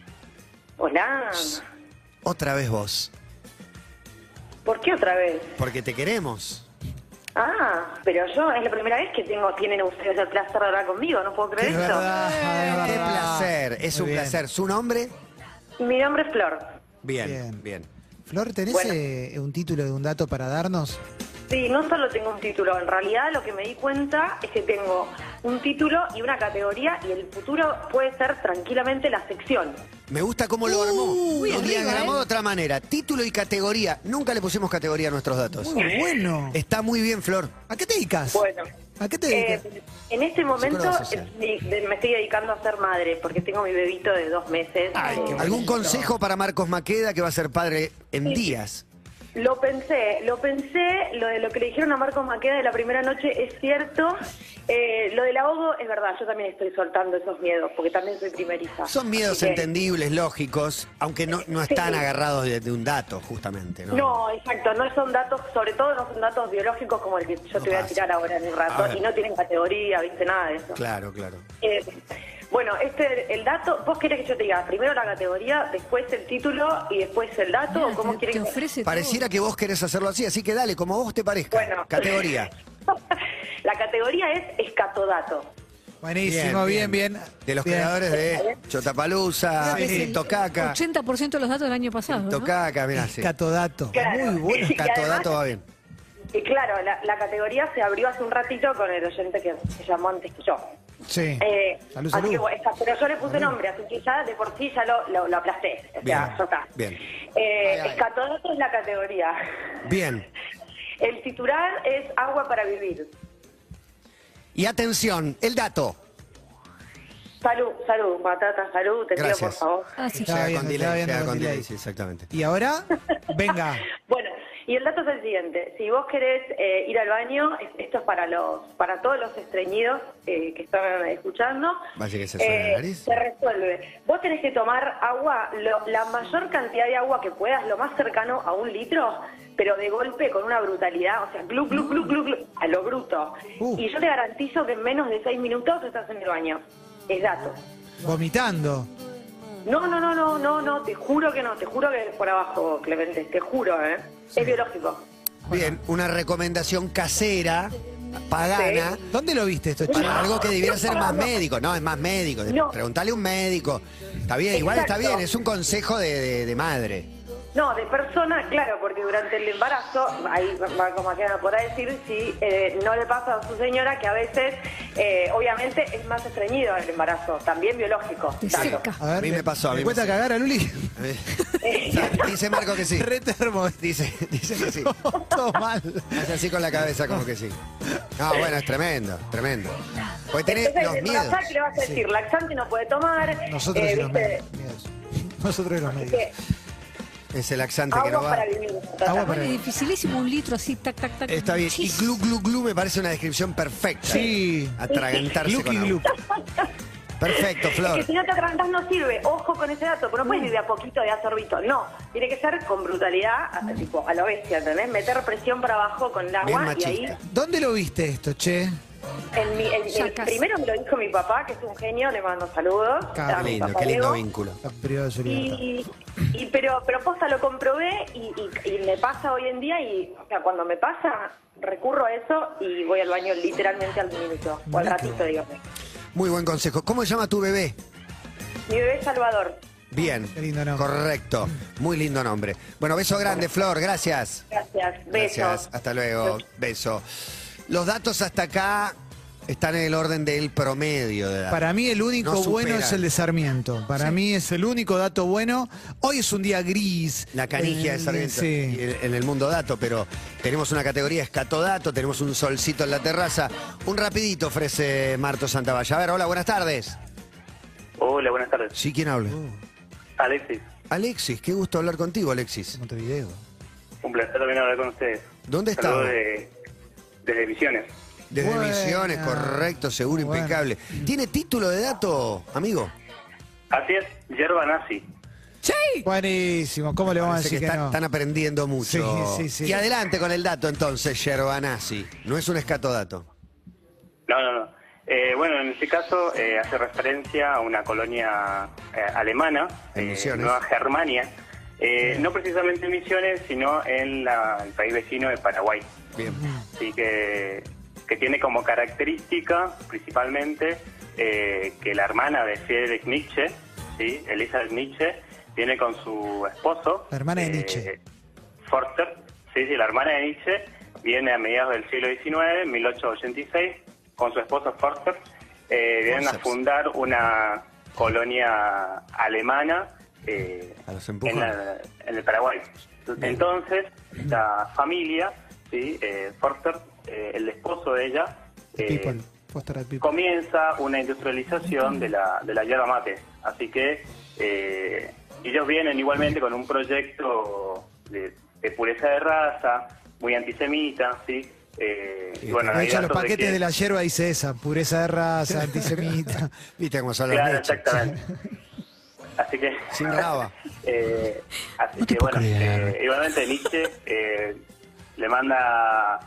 S10: Hola.
S4: Otra vez vos.
S12: ¿Por qué otra vez?
S4: Porque te queremos.
S12: Ah, pero yo es la primera vez que tengo, tienen ustedes el placer de hablar conmigo, no puedo creer
S4: Es
S12: eso.
S4: verdad, es verdad. Qué placer, es un placer. ¿Su nombre?
S12: Mi nombre es Flor.
S4: Bien, bien.
S5: Bien. Flor, ¿tenés
S12: Bueno.
S5: eh, un título de un dato para darnos?
S12: Sí, no solo tengo un título, en realidad lo que me di cuenta es que tengo un título y una categoría y el futuro puede ser tranquilamente la sección.
S4: Me gusta cómo
S5: Uh,
S4: lo armó.
S12: muy
S4: lo
S12: arriba,
S4: diagramó
S12: ¿eh?
S4: de otra manera. Título y categoría. Nunca le pusimos categoría a nuestros datos.
S5: Muy bueno.
S4: Está muy bien, Flor.
S5: ¿A qué te dedicas?
S12: Bueno.
S5: ¿A qué te
S12: Eh,
S5: dedicas?
S12: en este momento
S4: Psicóloga social.
S12: eh, me me estoy dedicando a ser madre porque tengo mi bebito de dos meses. Eh,
S4: ¿Algún consejo para Marcos Maqueda que va a ser padre en días?
S12: Lo pensé, lo pensé, lo de lo que le dijeron a Marcos Maqueda de la primera noche es cierto. Eh, lo del ahogo es verdad, yo también estoy soltando esos miedos, porque también soy primeriza.
S4: Son miedos
S12: Así que-
S4: entendibles, lógicos, aunque no, no están
S12: Sí.
S4: agarrados de, de un dato, justamente. ¿no?
S12: No. exacto, no son datos, sobre todo no son datos biológicos como el que yo te voy a tirar ahora en un
S4: A
S12: rato,
S4: ver.
S12: y no tienen categoría, viste, nada de eso.
S4: Claro, claro.
S12: Eh, bueno, este, el dato, ¿vos querés que yo te diga primero la categoría, después el título y después el dato? ¿O cómo quieren que-
S4: Pareciera que vos querés hacerlo así, así que dale, como vos te parezca.
S12: Bueno.
S4: Categoría.
S12: La categoría es escatodato.
S5: Buenísimo, bien, bien.
S4: De los
S5: Bien.
S4: creadores de Chotapalusa,
S6: Creo que es el
S4: Tocaca.
S6: 80% de los datos del año pasado. ¿no?
S4: Tocaca, mirá, sí.
S5: Catodato.
S12: Claro.
S5: Muy bueno.
S12: Y además-
S4: Catodato va bien.
S12: Y claro, la, la categoría se abrió hace un ratito con el oyente que se llamó antes que yo.
S5: Sí.
S12: Eh,
S5: Salud,
S12: así
S5: salud.
S12: que, bueno, está, pero yo le puse nombre, así que ya de por sí ya lo, lo, lo aplasté. O
S4: Bien.
S12: sea, ya está.
S4: Bien.
S12: Eh, escatodato es la categoría.
S4: Bien.
S12: El titular es agua para vivir.
S4: Y atención, el dato.
S12: Salud, salud, matata, salud, te pido por
S4: Gracias.
S12: favor.
S6: Ah,
S4: Llega
S5: bien,
S4: con
S5: estaba
S4: delay,
S5: viendo
S4: llega
S5: con
S4: con delay,
S5: delay.
S4: sí, exactamente.
S5: Y ahora, venga.
S12: Bueno, y el dato es el siguiente. Si vos querés eh, ir al baño, es- esto es para los, para todos los estreñidos eh, que están escuchando.
S4: Vaya
S12: Eh,
S4: que se suena la nariz.
S12: Se resuelve. Vos tenés que tomar agua, lo- la mayor cantidad de agua que puedas, lo más cercano a un litro, pero de golpe con una brutalidad, o sea, glu, glu, glu, glu, glu, a lo bruto. Y yo te garantizo que en menos de seis minutos estás en el baño. Es dato.
S5: Vomitando.
S12: No, no, no, no, no, no, te juro que no, te juro que es por abajo, Clemente, te juro, ¿eh? Es biológico.
S4: Bien, una recomendación casera, pagana.
S5: ¿Dónde lo viste esto,
S4: Para algo que debiera ser más
S12: No.
S4: médico. No, es más médico.
S12: No.
S4: Preguntale a un médico. Está bien, igual está
S12: Exacto.
S4: bien. Es un consejo de, de- de madre.
S12: No, de persona, claro, porque durante el embarazo, ahí Marco Maqueda podrá decir si eh, no le pasa a su señora que a veces, eh, obviamente, es más estreñido el embarazo, también biológico. Claro. Eh,
S5: A ver,
S4: A mí
S5: ¿le-
S4: me pasó, a
S5: ¿le
S4: mí me
S5: cuesta
S4: pasó.
S5: cagar a Luli?
S4: Dice Marco que sí.
S5: Re termo.
S4: Dice, dice que sí.
S5: Todo mal.
S4: Hace así con la cabeza como que sí. No, bueno, es tremendo, tremendo. Porque tenés
S12: Entonces,
S4: los
S12: el
S4: miedos.
S12: embarazado, ¿qué le vas a decir? Laxante no puede tomar.
S5: Nosotros
S12: eh,
S5: y los
S12: viste,
S5: medios. Dios. Nosotros y los medios.
S12: que
S4: Ese laxante que
S12: agua
S4: no va.
S12: para vivir.
S5: Agua para-
S6: Es dificilísimo un litro así, tac, tac, tac.
S4: Está bien. Y
S6: Chis.
S4: glu glu glu me parece una descripción perfecta.
S12: eh,
S5: Sí.
S4: Atragantarse
S5: Gluki
S4: con agua.
S5: glup.
S4: Perfecto,
S12: Es que
S4: Flor.
S12: si no te atragantas no sirve. Ojo con ese dato, pero no puedes
S4: Mm.
S12: vivir a poquito de a sorbito. No, tiene que ser con brutalidad, a- tipo a lo bestia, ¿entendés? Meter presión para abajo con el
S4: Bien
S12: agua y ahí...
S4: machista.
S5: ¿Dónde lo viste esto, che?
S12: En mi- en- en-
S6: Sacas.
S12: primero me lo dijo mi papá, que es un genio, le mando saludos.
S5: Qué
S12: a
S4: Qué
S12: mi
S4: lindo,
S12: papá
S4: qué lindo
S12: Diego.
S4: vínculo.
S5: La privada de su libertad.
S12: Y, y- pero, pero posta lo comprobé y, y- y me pasa hoy en día y o sea, cuando me pasa recurro a eso y voy al baño literalmente al minuto o al
S5: Mirá
S12: ratito, dígame.
S4: Muy buen consejo. ¿Cómo se llama tu bebé?
S12: Mi bebé es Salvador.
S4: Bien.
S5: Qué lindo nombre.
S4: Correcto. Muy lindo nombre. Bueno, beso grande, Flor. Gracias.
S12: Gracias. Besos.
S4: Gracias. Hasta luego. Beso. Los datos hasta acá están en el orden del promedio de edad.
S5: Para mí el único
S4: No
S5: bueno
S4: superan.
S5: es el de Sarmiento. Para mí es el único dato bueno. Hoy es un día gris.
S4: La canigia
S5: Eh,
S4: de Sarmiento
S5: sí.
S4: y el- en el mundo dato, pero tenemos una categoría escatodato, tenemos un solcito en la terraza. Un rapidito ofrece Marto Santavalla. A ver, hola, buenas tardes.
S11: Hola, buenas tardes. Uh.
S4: Sí, ¿quién habla?
S11: Alexis,
S4: Alexis, qué gusto hablar contigo, Alexis.
S5: Montevideo.
S11: un placer también hablar con ustedes.
S4: ¿Dónde está?
S11: Saludos de, desde Misiones.
S4: Desde
S5: Buena.
S4: Misiones, correcto, seguro,
S5: Bueno.
S4: impecable. ¿Tiene título de dato, amigo?
S11: Así es, yerba nazi.
S5: Buenísimo. ¿Cómo le vamos a
S4: Parece
S5: decir que,
S4: está-
S5: no?
S4: están aprendiendo mucho.
S5: Sí, sí, sí.
S4: Y adelante con el dato entonces, Yerbanasi. No es un escatodato.
S11: No, no, no. Eh, bueno, en este caso eh, hace referencia a una colonia eh, alemana,
S4: En
S11: eh,
S4: Misiones.
S11: Nueva Germania,
S13: Eh, no precisamente en Misiones, sino en la- el país vecino de Paraguay.
S7: Bien.
S13: Así que, que tiene como característica, principalmente, eh, que la hermana de Friedrich Nietzsche, ¿sí? Elizabeth Nietzsche, tiene con su esposo, eh,
S5: La hermana de Nietzsche.
S13: Forster, sí, sí, la hermana de Nietzsche, viene a mediados del siglo XIX, 1886, con su esposo Forster, eh, vienen a
S4: Forster.
S13: fundar una colonia alemana eh,
S4: A los
S13: en,
S4: empujones.
S13: la- en el Paraguay. Entonces, la familia, ¿sí? eh, Forster, eh, el esposo de ella, eh,
S5: People. Foster at people.
S13: comienza una industrialización de la, de la yerba mate. Así que eh, ellos vienen igualmente con un proyecto de, de pureza de raza, muy antisemita, ¿sí? Eh,
S4: Este,
S13: y bueno,
S5: de
S13: hay
S5: hecho, los
S13: datos de
S5: paquetes
S13: que-
S5: de, la hierba dice esa, pureza de raza, antisemita.
S4: Viste cómo son
S13: Claro, exactamente. Así que...
S4: Sin grava.
S13: Eh, así que bueno, eh, igualmente Nietzsche eh, le manda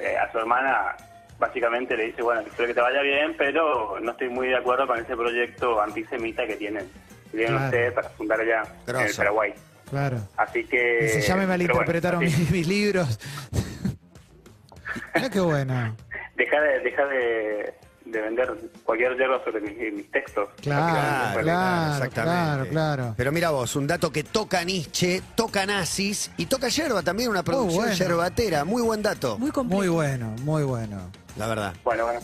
S13: eh, a su hermana, básicamente le dice, bueno, espero que te vaya bien, pero no estoy muy de acuerdo con ese proyecto antisemita que tienen, que tienen
S5: Claro.
S13: ustedes para fundar allá en el
S4: Grosso.
S13: Paraguay.
S5: Claro.
S13: Así que...
S5: Dice, ya
S13: Eh,
S5: me
S13: pero
S5: malinterpretaron
S13: bueno, así,
S5: mis, mis libros. Mira qué bueno.
S13: deja de, deja de, de vender cualquier yerba sobre mis, mis textos.
S5: Claro,
S13: Básicamente,
S5: claro,
S4: exactamente.
S5: claro, claro.
S4: Pero mira vos, un dato que toca Nietzsche, toca nazis y toca yerba también, una producción
S5: bueno.
S4: yerbatera. Muy buen dato,
S6: Muy complejo.
S5: Muy bueno, muy bueno.
S4: la verdad.
S13: Bueno, bueno.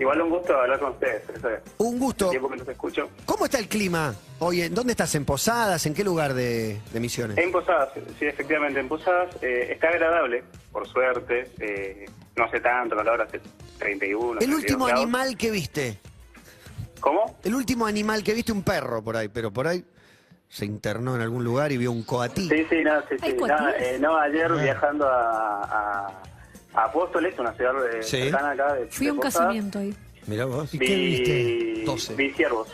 S13: Igual un gusto hablar con ustedes. eso es.
S4: Un
S13: Hace
S4: gusto.
S13: tiempo que no se escucho.
S4: ¿Cómo está el clima? Oye, ¿dónde estás? ¿En Posadas? ¿En qué lugar de, de Misiones?
S13: En Posadas, sí, efectivamente, en Posadas eh, está agradable, por suerte. eh, no hace tanto calor, hace 31.
S4: El
S13: 32
S4: último
S13: grados.
S4: animal que viste.
S13: ¿Cómo?
S4: El último animal que viste, un perro por ahí, pero por ahí se internó en algún lugar y vio un coatí.
S13: Sí, sí, no, sí, sí,
S6: ¿Hay
S13: no,
S6: cuatíes?
S13: eh, no, ayer viajando a, a, a Apóstoles, una ciudad de,
S4: Sí.
S13: cercana acá de
S6: Fui a un
S13: de Posadas,
S6: casamiento ahí.
S4: Mirá vos.
S5: qué
S13: Vi,
S4: Doce.
S13: vi ciervos.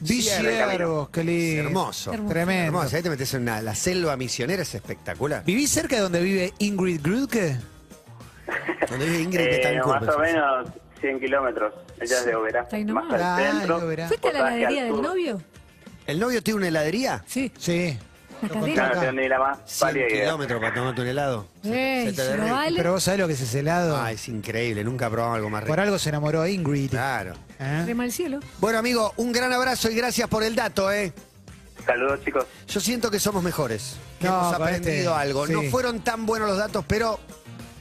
S5: Viciervos, qué lindo.
S4: Hermoso.
S6: Hermoso.
S5: Tremendo.
S4: Hermoso. Ahí te metes en una, la selva misionera, es espectacular.
S5: ¿Vivís cerca de donde vive Ingrid Grudke?
S4: Donde vive Ingrid, que está en
S13: Eh,
S4: Cuba,
S13: más o
S4: sí.
S13: menos 100 kilómetros. Ella es de Oberá,
S6: Ahí nomás.
S13: más al
S5: Claro,
S13: centro.
S5: Oberá.
S6: ¿Fuiste a la
S13: Posadas que al
S6: heladería del
S13: sur.
S6: novio?
S4: ¿El novio tiene una heladería?
S6: Sí,
S5: Sí.
S6: la
S5: Lo
S13: No,
S6: cadena.
S13: no
S5: acá.
S13: tengo ni la más
S4: 100
S13: pálida idea.
S4: kilómetros para tomarte un helado.
S6: Ey,
S4: Se te
S6: ¿se lo
S4: derrite.
S6: vale?
S5: Pero vos sabés lo que es ese helado.
S4: Ah, es increíble, nunca probamos algo más rico.
S5: Por algo se enamoró Ingrid.
S4: Claro.
S5: ¿Eh?
S6: Rema el cielo.
S4: Bueno, amigo, un gran abrazo y gracias por el dato, ¿eh?
S13: Saludos, chicos.
S4: Yo siento que somos mejores. Que
S5: No,
S4: hemos
S5: con
S4: aprendido
S5: este,
S4: algo. No
S5: sí.
S4: fueron tan buenos los datos, pero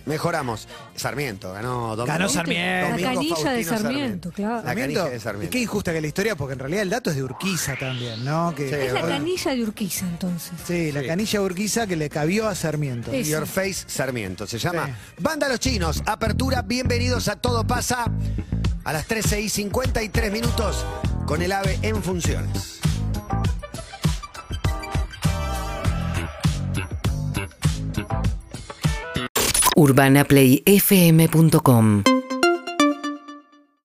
S4: mejoramos. Sarmiento ganó Domingo.
S5: Ganó Sarmiento.
S6: La canilla
S4: Faustino
S6: de Sarmiento, claro.
S4: La canilla de
S5: Y
S4: Sarmiento.
S5: qué injusta que es la historia, porque en realidad el dato es de Urquiza también, ¿no? Que,
S4: Sí,
S6: Es la
S4: bueno.
S6: canilla de Urquiza, entonces.
S5: Sí, la canilla de Urquiza que le cabió a Sarmiento.
S6: Sí.
S4: Your Face Sarmiento. Se llama
S5: Sí.
S4: Banda Los Chinos. Apertura, bienvenidos a Todo Pasa a las 13 y 53 minutos con el AVE en funciones.
S2: UrbanaPlayFM.com